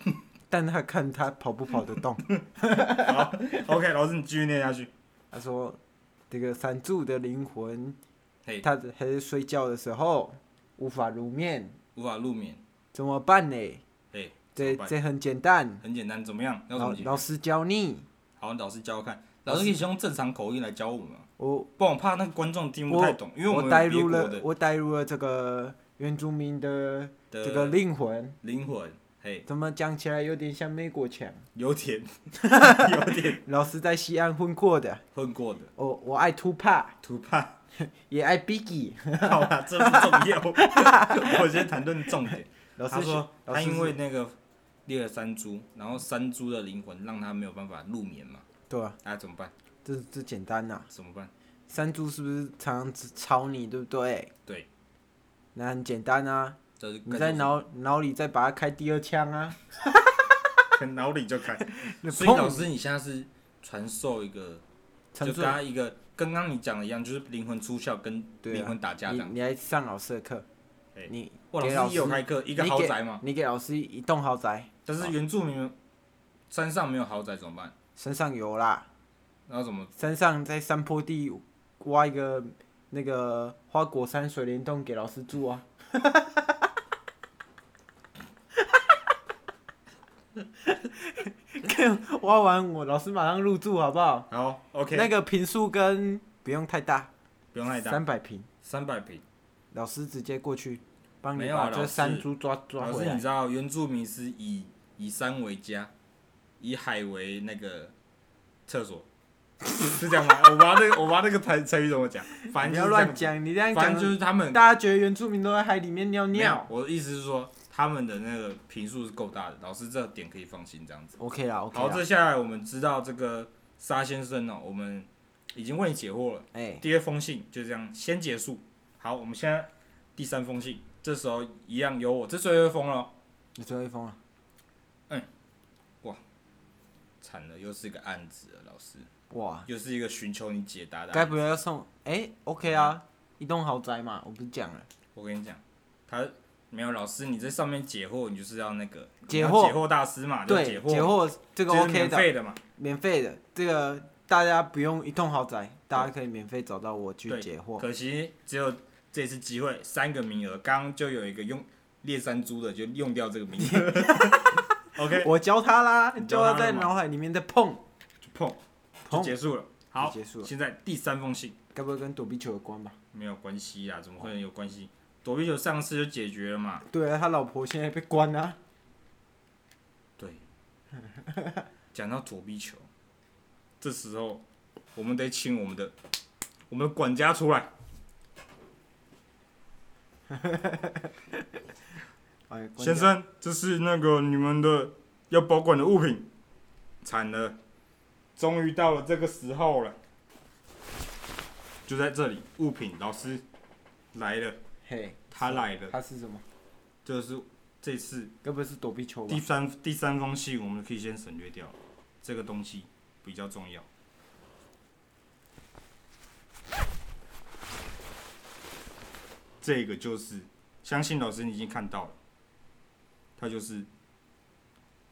[SPEAKER 2] 但他看他跑不跑得动。
[SPEAKER 1] 好，OK，老师你继续念下去。
[SPEAKER 2] 他说，这个山猪的灵魂
[SPEAKER 1] 嘿，
[SPEAKER 2] 他还在睡觉的时候无法入眠，
[SPEAKER 1] 无法入眠，
[SPEAKER 2] 怎么办呢？
[SPEAKER 1] 嘿，
[SPEAKER 2] 这
[SPEAKER 1] 怎么办
[SPEAKER 2] 这很简单，
[SPEAKER 1] 哎很简单，怎么样？要怎
[SPEAKER 2] 老
[SPEAKER 1] 么解决？
[SPEAKER 2] 老师教你。
[SPEAKER 1] 好，老师教我看，老师可以先用正常口音来教我们啊，
[SPEAKER 2] 我
[SPEAKER 1] 不然我怕那个观众听不
[SPEAKER 2] 我
[SPEAKER 1] 太懂，因为
[SPEAKER 2] 我
[SPEAKER 1] 们
[SPEAKER 2] 带
[SPEAKER 1] 有别
[SPEAKER 2] 入
[SPEAKER 1] 国
[SPEAKER 2] 了
[SPEAKER 1] 的
[SPEAKER 2] 我带入了这个原住民的
[SPEAKER 1] 的
[SPEAKER 2] 这个灵魂，
[SPEAKER 1] 灵魂，嘿，
[SPEAKER 2] 怎么讲起来有点像美国腔？
[SPEAKER 1] 有 点有点
[SPEAKER 2] 老师在西安混过的，
[SPEAKER 1] 混过的，
[SPEAKER 2] 我我爱 Tupac，
[SPEAKER 1] 土怕。
[SPEAKER 2] 也爱 Biggie。
[SPEAKER 1] 好啦，这不重要， 我先谈论重点。
[SPEAKER 2] 老师
[SPEAKER 1] 他说，
[SPEAKER 2] 老
[SPEAKER 1] 他
[SPEAKER 2] 师
[SPEAKER 1] 因
[SPEAKER 2] 是
[SPEAKER 1] 为那个猎了山猪，然后山猪的灵魂让他没有办法入眠嘛，
[SPEAKER 2] 对啊，
[SPEAKER 1] 那、怎么办？
[SPEAKER 2] 这这简单呐、啊
[SPEAKER 1] 怎么办？
[SPEAKER 2] 山猪是不是常常只吵你，对不对？
[SPEAKER 1] 对，
[SPEAKER 2] 那很简单啊，
[SPEAKER 1] 这是
[SPEAKER 2] 你在脑脑里再把它开第二枪啊。
[SPEAKER 1] 脑里 就开。
[SPEAKER 2] 那
[SPEAKER 1] 所以老
[SPEAKER 2] 砰
[SPEAKER 1] 师，你现在是传授一个，就
[SPEAKER 2] 陈
[SPEAKER 1] 刚
[SPEAKER 2] 顺，
[SPEAKER 1] 刚一个，刚刚你讲的一样，就是灵魂出窍跟
[SPEAKER 2] 对啊
[SPEAKER 1] 灵魂打架这
[SPEAKER 2] 你
[SPEAKER 1] 样。
[SPEAKER 2] 你来上老师的课
[SPEAKER 1] 哎，
[SPEAKER 2] 你
[SPEAKER 1] 哇，
[SPEAKER 2] 给
[SPEAKER 1] 老师
[SPEAKER 2] 老师
[SPEAKER 1] 也有开课，一个豪宅嘛，
[SPEAKER 2] 你给老师一栋豪宅，
[SPEAKER 1] 但是原住民山上没有豪宅怎么办？
[SPEAKER 2] 身上有啦。
[SPEAKER 1] 然后怎么？
[SPEAKER 2] 山上在山坡地挖一个那个花果山水帘洞给老师 住啊。 看挖完我老师马上入住好不好？
[SPEAKER 1] 好，OK，
[SPEAKER 2] 那个平数跟不用太大，
[SPEAKER 1] 不用太大，
[SPEAKER 2] 三百平，
[SPEAKER 1] 三百平。
[SPEAKER 2] 老师直接过去帮
[SPEAKER 1] 没
[SPEAKER 2] 你
[SPEAKER 1] 有啊
[SPEAKER 2] 把
[SPEAKER 1] 老
[SPEAKER 2] 这
[SPEAKER 1] 师
[SPEAKER 2] 山猪抓抓
[SPEAKER 1] 老
[SPEAKER 2] 回
[SPEAKER 1] 师，你
[SPEAKER 2] 来。
[SPEAKER 1] 知道原住民是以以山为家，以海为那个厕 所，是这样吗？我妈那个我妈那个台成语怎么讲？反
[SPEAKER 2] 你
[SPEAKER 1] 正
[SPEAKER 2] 不
[SPEAKER 1] 就是这
[SPEAKER 2] 要
[SPEAKER 1] 样
[SPEAKER 2] 乱，讲，你这样
[SPEAKER 1] 反正就
[SPEAKER 2] 讲，
[SPEAKER 1] 是他们
[SPEAKER 2] 大家觉得原住民都在海里面尿
[SPEAKER 1] 没有
[SPEAKER 2] 尿。
[SPEAKER 1] 我的意思是说，他们的那个频数是够大的，老师这点可以放心这样子。
[SPEAKER 2] OK 啦，OK
[SPEAKER 1] 好，
[SPEAKER 2] 啦，
[SPEAKER 1] 这下来我们知道这个沙先生哦，我们已经为你解惑了。
[SPEAKER 2] 哎，
[SPEAKER 1] 第二封信就这样先结束。好，我们现在第三封信，这时候一样由我，这最后一封了哦。
[SPEAKER 2] 你最后一封啊了，
[SPEAKER 1] 惨了，又是一个案子了，老师，
[SPEAKER 2] 哇，
[SPEAKER 1] 又是一个寻求你解答的
[SPEAKER 2] 该
[SPEAKER 1] 案
[SPEAKER 2] 不会要送？哎、o k 啊，一栋豪宅嘛，我不是讲了，
[SPEAKER 1] 我跟你讲，他没有老师，你在上面解惑，你就是要那个
[SPEAKER 2] 解
[SPEAKER 1] 你
[SPEAKER 2] 惑
[SPEAKER 1] 要解惑大师嘛，就
[SPEAKER 2] 对，
[SPEAKER 1] 啊解
[SPEAKER 2] 解
[SPEAKER 1] 惑，
[SPEAKER 2] 惑这个
[SPEAKER 1] 是
[SPEAKER 2] OK
[SPEAKER 1] 免
[SPEAKER 2] 的，
[SPEAKER 1] 费的嘛，
[SPEAKER 2] 免费的，这个大家不用一栋豪宅，大家可以免费找到我去
[SPEAKER 1] 对
[SPEAKER 2] 解惑。
[SPEAKER 1] 可惜只有这次机会，三个名额，刚刚就有一个用猎山猪的就用掉这个名 额，OK，
[SPEAKER 2] 我教他啦，
[SPEAKER 1] 你教他
[SPEAKER 2] 教他在
[SPEAKER 1] 了吗
[SPEAKER 2] 脑海里面再碰
[SPEAKER 1] 就碰就
[SPEAKER 2] 碰，
[SPEAKER 1] 结束了，好，
[SPEAKER 2] 结束了
[SPEAKER 1] 现在第三封信
[SPEAKER 2] 该不会跟躲避球有关吧？
[SPEAKER 1] 没有关系啊，怎么会有关系？躲避球上次就解决了嘛，
[SPEAKER 2] 对啊，他老婆现在被关了、啊，
[SPEAKER 1] 对， 讲到躲避球，这时候我们得请我们的我们的管家出来。
[SPEAKER 2] 哎，关
[SPEAKER 1] 先
[SPEAKER 2] 掉，
[SPEAKER 1] 生，这是那个你们的要保管的物品。惨了，终于到了这个时候了。就在这里，物品老师来了，
[SPEAKER 2] 嘿，
[SPEAKER 1] 他来了。
[SPEAKER 2] 他是什么？
[SPEAKER 1] 这是这次
[SPEAKER 2] 该不会是躲避球吧
[SPEAKER 1] 第？三第三封信，我们可以先省略掉，这个东西比较重要。这个就是，相信老师你已经看到了，他就是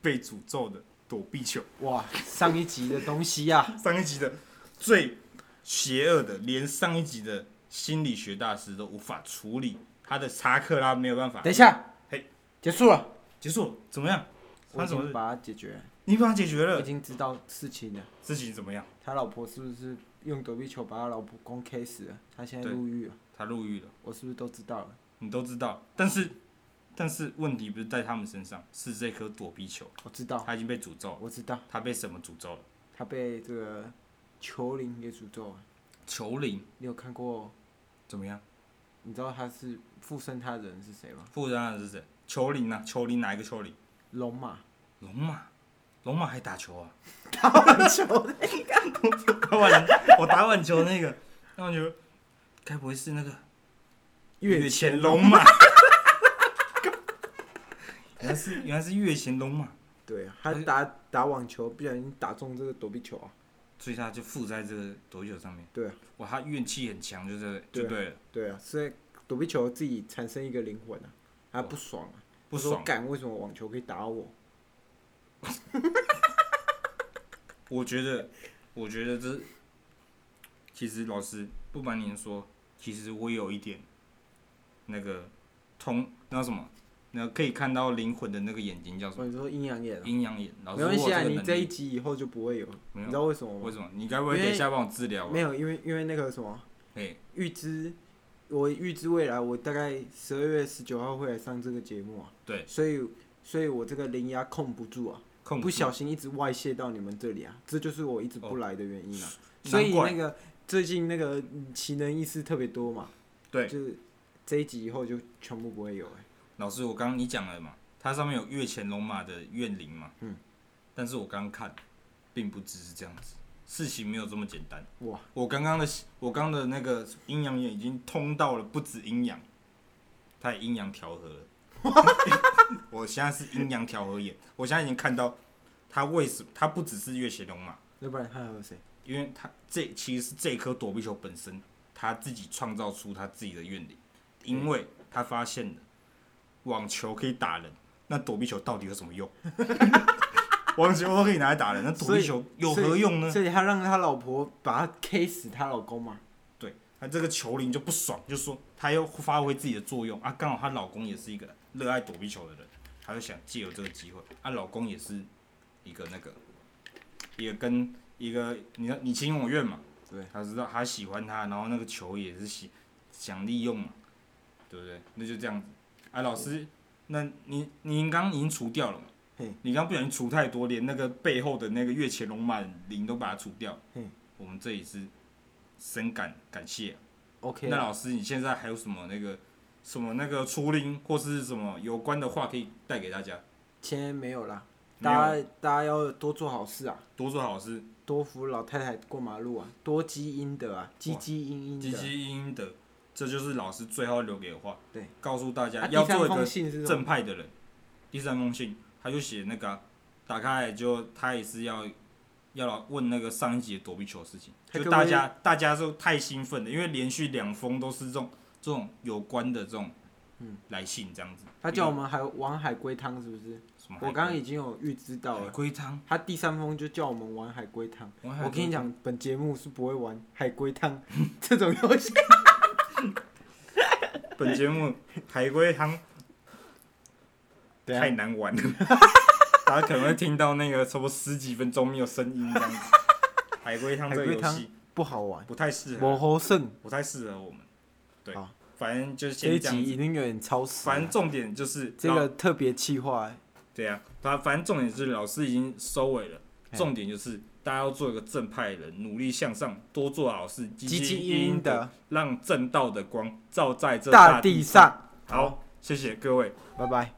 [SPEAKER 1] 被诅咒的躲避球，
[SPEAKER 2] 哇，上一集的东西啊呀、
[SPEAKER 1] 上一集的最邪恶的，连上一集的心理学大师都无法处理，他的查克拉没有办法。
[SPEAKER 2] 等一，下，
[SPEAKER 1] 嘿，
[SPEAKER 2] 结束了，
[SPEAKER 1] 结束怎么样？
[SPEAKER 2] 我
[SPEAKER 1] 他
[SPEAKER 2] 已
[SPEAKER 1] 怎么
[SPEAKER 2] 经
[SPEAKER 1] 事？
[SPEAKER 2] 把它解决了，
[SPEAKER 1] 你把他解决
[SPEAKER 2] 我已
[SPEAKER 1] 了，
[SPEAKER 2] 经知道事情了。
[SPEAKER 1] 事情怎么样？
[SPEAKER 2] 他老婆是不是用躲避球把他老公 K 死了？他现在
[SPEAKER 1] 对
[SPEAKER 2] 入狱了，
[SPEAKER 1] 他入狱了。
[SPEAKER 2] 我是不是都知道了？
[SPEAKER 1] 你都知道，但是但是问题不是在他们身上，是这颗躲避球，
[SPEAKER 2] 我知道，
[SPEAKER 1] 他已经被诅咒了，
[SPEAKER 2] 我知道，
[SPEAKER 1] 他被什么诅咒了？
[SPEAKER 2] 他被这个球灵给诅咒了。
[SPEAKER 1] 球灵
[SPEAKER 2] 你有看过？
[SPEAKER 1] 怎么样？
[SPEAKER 2] 你知道他是附身他的人是谁吗？
[SPEAKER 1] 负责任的是谁？球灵啊，球灵哪一个球灵？
[SPEAKER 2] 龙 马，
[SPEAKER 1] 龙马，龙马还打球啊？
[SPEAKER 2] 打完球
[SPEAKER 1] 打完我打网球那个，打网球，该不会是那个
[SPEAKER 2] 越
[SPEAKER 1] 前龙马？ 原来是原来是月前龙马，
[SPEAKER 2] 对啊，他
[SPEAKER 1] 哎
[SPEAKER 2] 打打网球不小心打中这个躲避球啊，
[SPEAKER 1] 所以他就附在这个躲避球上面。
[SPEAKER 2] 对啊，
[SPEAKER 1] 哇，他怨气很强，就是
[SPEAKER 2] 对
[SPEAKER 1] 就
[SPEAKER 2] 啊
[SPEAKER 1] 对了，
[SPEAKER 2] 对啊，所以躲避球自己产生一个灵魂啊，他不爽啊，
[SPEAKER 1] 不
[SPEAKER 2] 说
[SPEAKER 1] 爽。
[SPEAKER 2] 干为什么网球可以打我？
[SPEAKER 1] 我觉得，我觉得这其实老师不瞒您说，其实我有一点那个通那什么，那可以看到灵魂的那个眼睛叫什么？
[SPEAKER 2] 所以说阴阳眼啊，
[SPEAKER 1] 嗯阴阳眼。老
[SPEAKER 2] 没
[SPEAKER 1] 师，我
[SPEAKER 2] 关系啊，
[SPEAKER 1] 有
[SPEAKER 2] 你
[SPEAKER 1] 个
[SPEAKER 2] 这
[SPEAKER 1] 能
[SPEAKER 2] 一
[SPEAKER 1] 力。
[SPEAKER 2] 集以后就不会有，
[SPEAKER 1] 没
[SPEAKER 2] 你
[SPEAKER 1] 有
[SPEAKER 2] 知道为什么
[SPEAKER 1] 为
[SPEAKER 2] 吗？
[SPEAKER 1] 什么？你该不会
[SPEAKER 2] 因为
[SPEAKER 1] 等一下帮我治疗吧？
[SPEAKER 2] 没有，因为因为那个什么
[SPEAKER 1] 哎，
[SPEAKER 2] 预知，我预知未来，我大概十二月十九号会来上这个节目啊，
[SPEAKER 1] 对，
[SPEAKER 2] 所以所以我这个灵压控不住啊，
[SPEAKER 1] 控
[SPEAKER 2] 不
[SPEAKER 1] 制
[SPEAKER 2] 小心一直外泄到你们这里啊，这就是我一直不
[SPEAKER 1] 哦
[SPEAKER 2] 来的原因啊。
[SPEAKER 1] 嗯难
[SPEAKER 2] 所以
[SPEAKER 1] 怪
[SPEAKER 2] 那个最近那个嗯奇能异事特别多嘛，
[SPEAKER 1] 对
[SPEAKER 2] 就是这一集以后就全部不会有哎、
[SPEAKER 1] 老师，我刚刚你讲了嘛，它上面有月前龙马的怨灵嘛，
[SPEAKER 2] 嗯，
[SPEAKER 1] 但是我刚刚看，并不只是这样子，事情没有这么简单。
[SPEAKER 2] 哇，
[SPEAKER 1] 我刚刚的我刚刚的那个阴阳眼已经通到了不止阴阳，它也阴阳调 和了。我现在是阴阳调和眼，我现在已经看到它为什么它不只是月前龙马，
[SPEAKER 2] 要不然他还有谁？
[SPEAKER 1] 因为它这其实是这颗躲避球本身，它自己创造出它自己的怨灵，因为它发现了网球可以打人，那躲避球到底有什么用？ 网球都可以拿来打人，那躲避球有何用呢？
[SPEAKER 2] 所以他让他老婆把他 K 死他老公嘛，
[SPEAKER 1] 对，他这个球龄就不爽，就说他要发挥自己的作用啊。刚好她老公也是一个热爱躲避球的人，她就想借由这个机会，她老公也是一个那个，也跟一个你你情我愿嘛，
[SPEAKER 2] 对，
[SPEAKER 1] 他知道他喜欢他，然后那个球也是喜想利用嘛，对不对？那就这样子。啊，老师，那你你刚刚已经除掉了嘛
[SPEAKER 2] 嘿？
[SPEAKER 1] 你刚刚不小心除太多，连那个背后的那个月前龙满零都把它除掉了
[SPEAKER 2] 嘿。
[SPEAKER 1] 我们这里是深感感谢、
[SPEAKER 2] ，OK，
[SPEAKER 1] 那老师，你现在还有什么那个什么那个除灵或是什么有关的话可以带给大家？
[SPEAKER 2] 钱没有啦，
[SPEAKER 1] 没有
[SPEAKER 2] 大家大家要多做好事啊，
[SPEAKER 1] 多做好事，
[SPEAKER 2] 多扶老太太过马路啊，多积阴德啊，积积阴阴
[SPEAKER 1] 积
[SPEAKER 2] 德。
[SPEAKER 1] 积阴德，这就是老师最后留给的话。
[SPEAKER 2] 对，
[SPEAKER 1] 告诉大家、
[SPEAKER 2] 啊，
[SPEAKER 1] 要
[SPEAKER 2] 第
[SPEAKER 1] 做
[SPEAKER 2] 三
[SPEAKER 1] 一个
[SPEAKER 2] 封信是什么？
[SPEAKER 1] 正派的人。第三封信，他就写那个啊、打开来就他也是要要老问那个上一集的躲避球的事情，
[SPEAKER 2] 他
[SPEAKER 1] 就
[SPEAKER 2] 可不
[SPEAKER 1] 大
[SPEAKER 2] 可以
[SPEAKER 1] 家大家都太兴奋了，因为连续两封都是这种这种有关的这种
[SPEAKER 2] 嗯
[SPEAKER 1] 来信这样子。
[SPEAKER 2] 他叫我们海玩海龟汤是不是？
[SPEAKER 1] 什么海
[SPEAKER 2] 我
[SPEAKER 1] 龟？
[SPEAKER 2] 刚刚已经有预知到
[SPEAKER 1] 海
[SPEAKER 2] 了，
[SPEAKER 1] 龟汤，
[SPEAKER 2] 他第三封就叫我们玩海龟汤。
[SPEAKER 1] 我海
[SPEAKER 2] 我
[SPEAKER 1] 龟
[SPEAKER 2] 跟你讲，本节目是不会玩海龟汤 这种游戏。
[SPEAKER 1] 本节目海龟汤
[SPEAKER 2] 对啊
[SPEAKER 1] 太难 玩了，大家可能会听到那个差不多十几分钟没有声音这样子。海龟汤这个
[SPEAKER 2] 海
[SPEAKER 1] 游
[SPEAKER 2] 龟汤
[SPEAKER 1] 戏
[SPEAKER 2] 不好玩，
[SPEAKER 1] 不太适合，
[SPEAKER 2] 魔猴胜
[SPEAKER 1] 不太适合我们。对
[SPEAKER 2] 好，
[SPEAKER 1] 反正就是
[SPEAKER 2] 这一
[SPEAKER 1] 先这
[SPEAKER 2] 集
[SPEAKER 1] 样
[SPEAKER 2] 一
[SPEAKER 1] 子。
[SPEAKER 2] 定有点超时
[SPEAKER 1] 反正
[SPEAKER 2] 了。
[SPEAKER 1] 重点就是
[SPEAKER 2] 这
[SPEAKER 1] 老
[SPEAKER 2] 个特别企划，
[SPEAKER 1] 对啊，反反正重点是老师已经收尾了，
[SPEAKER 2] 嘿
[SPEAKER 1] 重点就是大家要做一个正派的人，努力向上，多做好事，积
[SPEAKER 2] 积
[SPEAKER 1] 极
[SPEAKER 2] 极
[SPEAKER 1] 应
[SPEAKER 2] 阴
[SPEAKER 1] 阴
[SPEAKER 2] 阴
[SPEAKER 1] 的
[SPEAKER 2] 的，
[SPEAKER 1] 让正道的光照在这
[SPEAKER 2] 大
[SPEAKER 1] 地
[SPEAKER 2] 地。上。
[SPEAKER 1] 好，谢谢各位。
[SPEAKER 2] 拜拜。